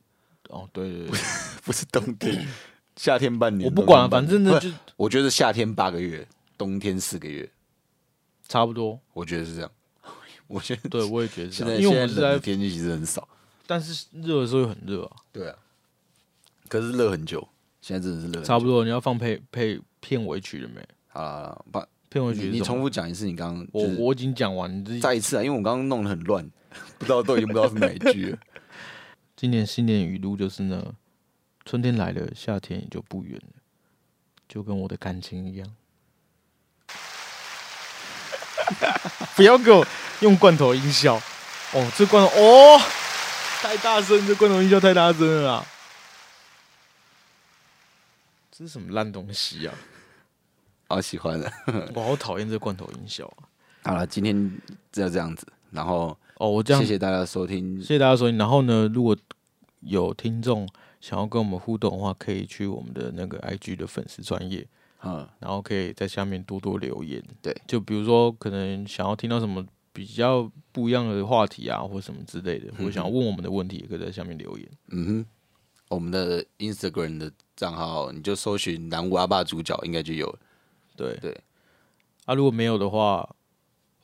[SPEAKER 2] 哦，对对对，
[SPEAKER 1] 不是冬天，夏天半年。
[SPEAKER 2] 我不管啊，
[SPEAKER 1] 冬天半
[SPEAKER 2] 反
[SPEAKER 1] 年
[SPEAKER 2] 正呢
[SPEAKER 1] 不
[SPEAKER 2] 就
[SPEAKER 1] 我觉得夏天八个月，冬天四个月，
[SPEAKER 2] 差不多。
[SPEAKER 1] 我觉得是这样。 我觉得
[SPEAKER 2] 对，我也觉得是
[SPEAKER 1] 现
[SPEAKER 2] 这
[SPEAKER 1] 在
[SPEAKER 2] 样，因为我
[SPEAKER 1] 现
[SPEAKER 2] 们
[SPEAKER 1] 在
[SPEAKER 2] 是
[SPEAKER 1] 冷的
[SPEAKER 2] 在，
[SPEAKER 1] 天气其实很少，
[SPEAKER 2] 但是热的时候又很热啊，
[SPEAKER 1] 对啊，可是热很久，现在真的是热很久。
[SPEAKER 2] 差不多。你要放配配片尾曲了没？
[SPEAKER 1] 好了好了，把
[SPEAKER 2] 片尾
[SPEAKER 1] 你
[SPEAKER 2] 曲
[SPEAKER 1] 你
[SPEAKER 2] 是什
[SPEAKER 1] 重
[SPEAKER 2] 么？
[SPEAKER 1] 复讲一次，你刚刚
[SPEAKER 2] 我
[SPEAKER 1] 就是
[SPEAKER 2] 我已经讲完，你自己
[SPEAKER 1] 再一次啊，因为我刚刚弄得很乱，不知道都已经不知道是哪一句了。
[SPEAKER 2] 今年新年语录就是呢，春天来了，夏天也就不远了，就跟我的感情一样。 不要给我用罐头音效哦，这罐头哦太大声，这罐头音效太大声了啊啦！这是什么烂东西 啊！
[SPEAKER 1] 好喜欢的，
[SPEAKER 2] 我好讨厌这罐头音效啊、
[SPEAKER 1] 好了，今天就这样子，然后
[SPEAKER 2] 哦，我这样
[SPEAKER 1] 谢谢大家收听
[SPEAKER 2] 谢，谢大家收听。然后呢，如果有听众想要跟我们互动的话，可以去我们的那个 IG 的粉丝专业，
[SPEAKER 1] 嗯，
[SPEAKER 2] 然后可以在下面多多留言。
[SPEAKER 1] 对，
[SPEAKER 2] 就比如说可能想要听到什么比较不一样的话题啊，或什么之类的，或者想要问我们的问题，也可以在下面留言。
[SPEAKER 1] 嗯哼，我们的 Instagram 的账号你就搜寻南无阿爸主角应该就有了，
[SPEAKER 2] 对
[SPEAKER 1] 对，
[SPEAKER 2] 啊，如果没有的话，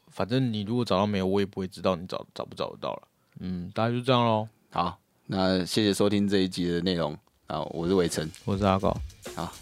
[SPEAKER 2] 反正你如果找到没有，我也不会知道你找找不找得到了。嗯，大家就这样喽。
[SPEAKER 1] 好，那谢谢收听这一集的内容，啊，我是伟成，
[SPEAKER 2] 我是阿高，
[SPEAKER 1] 好，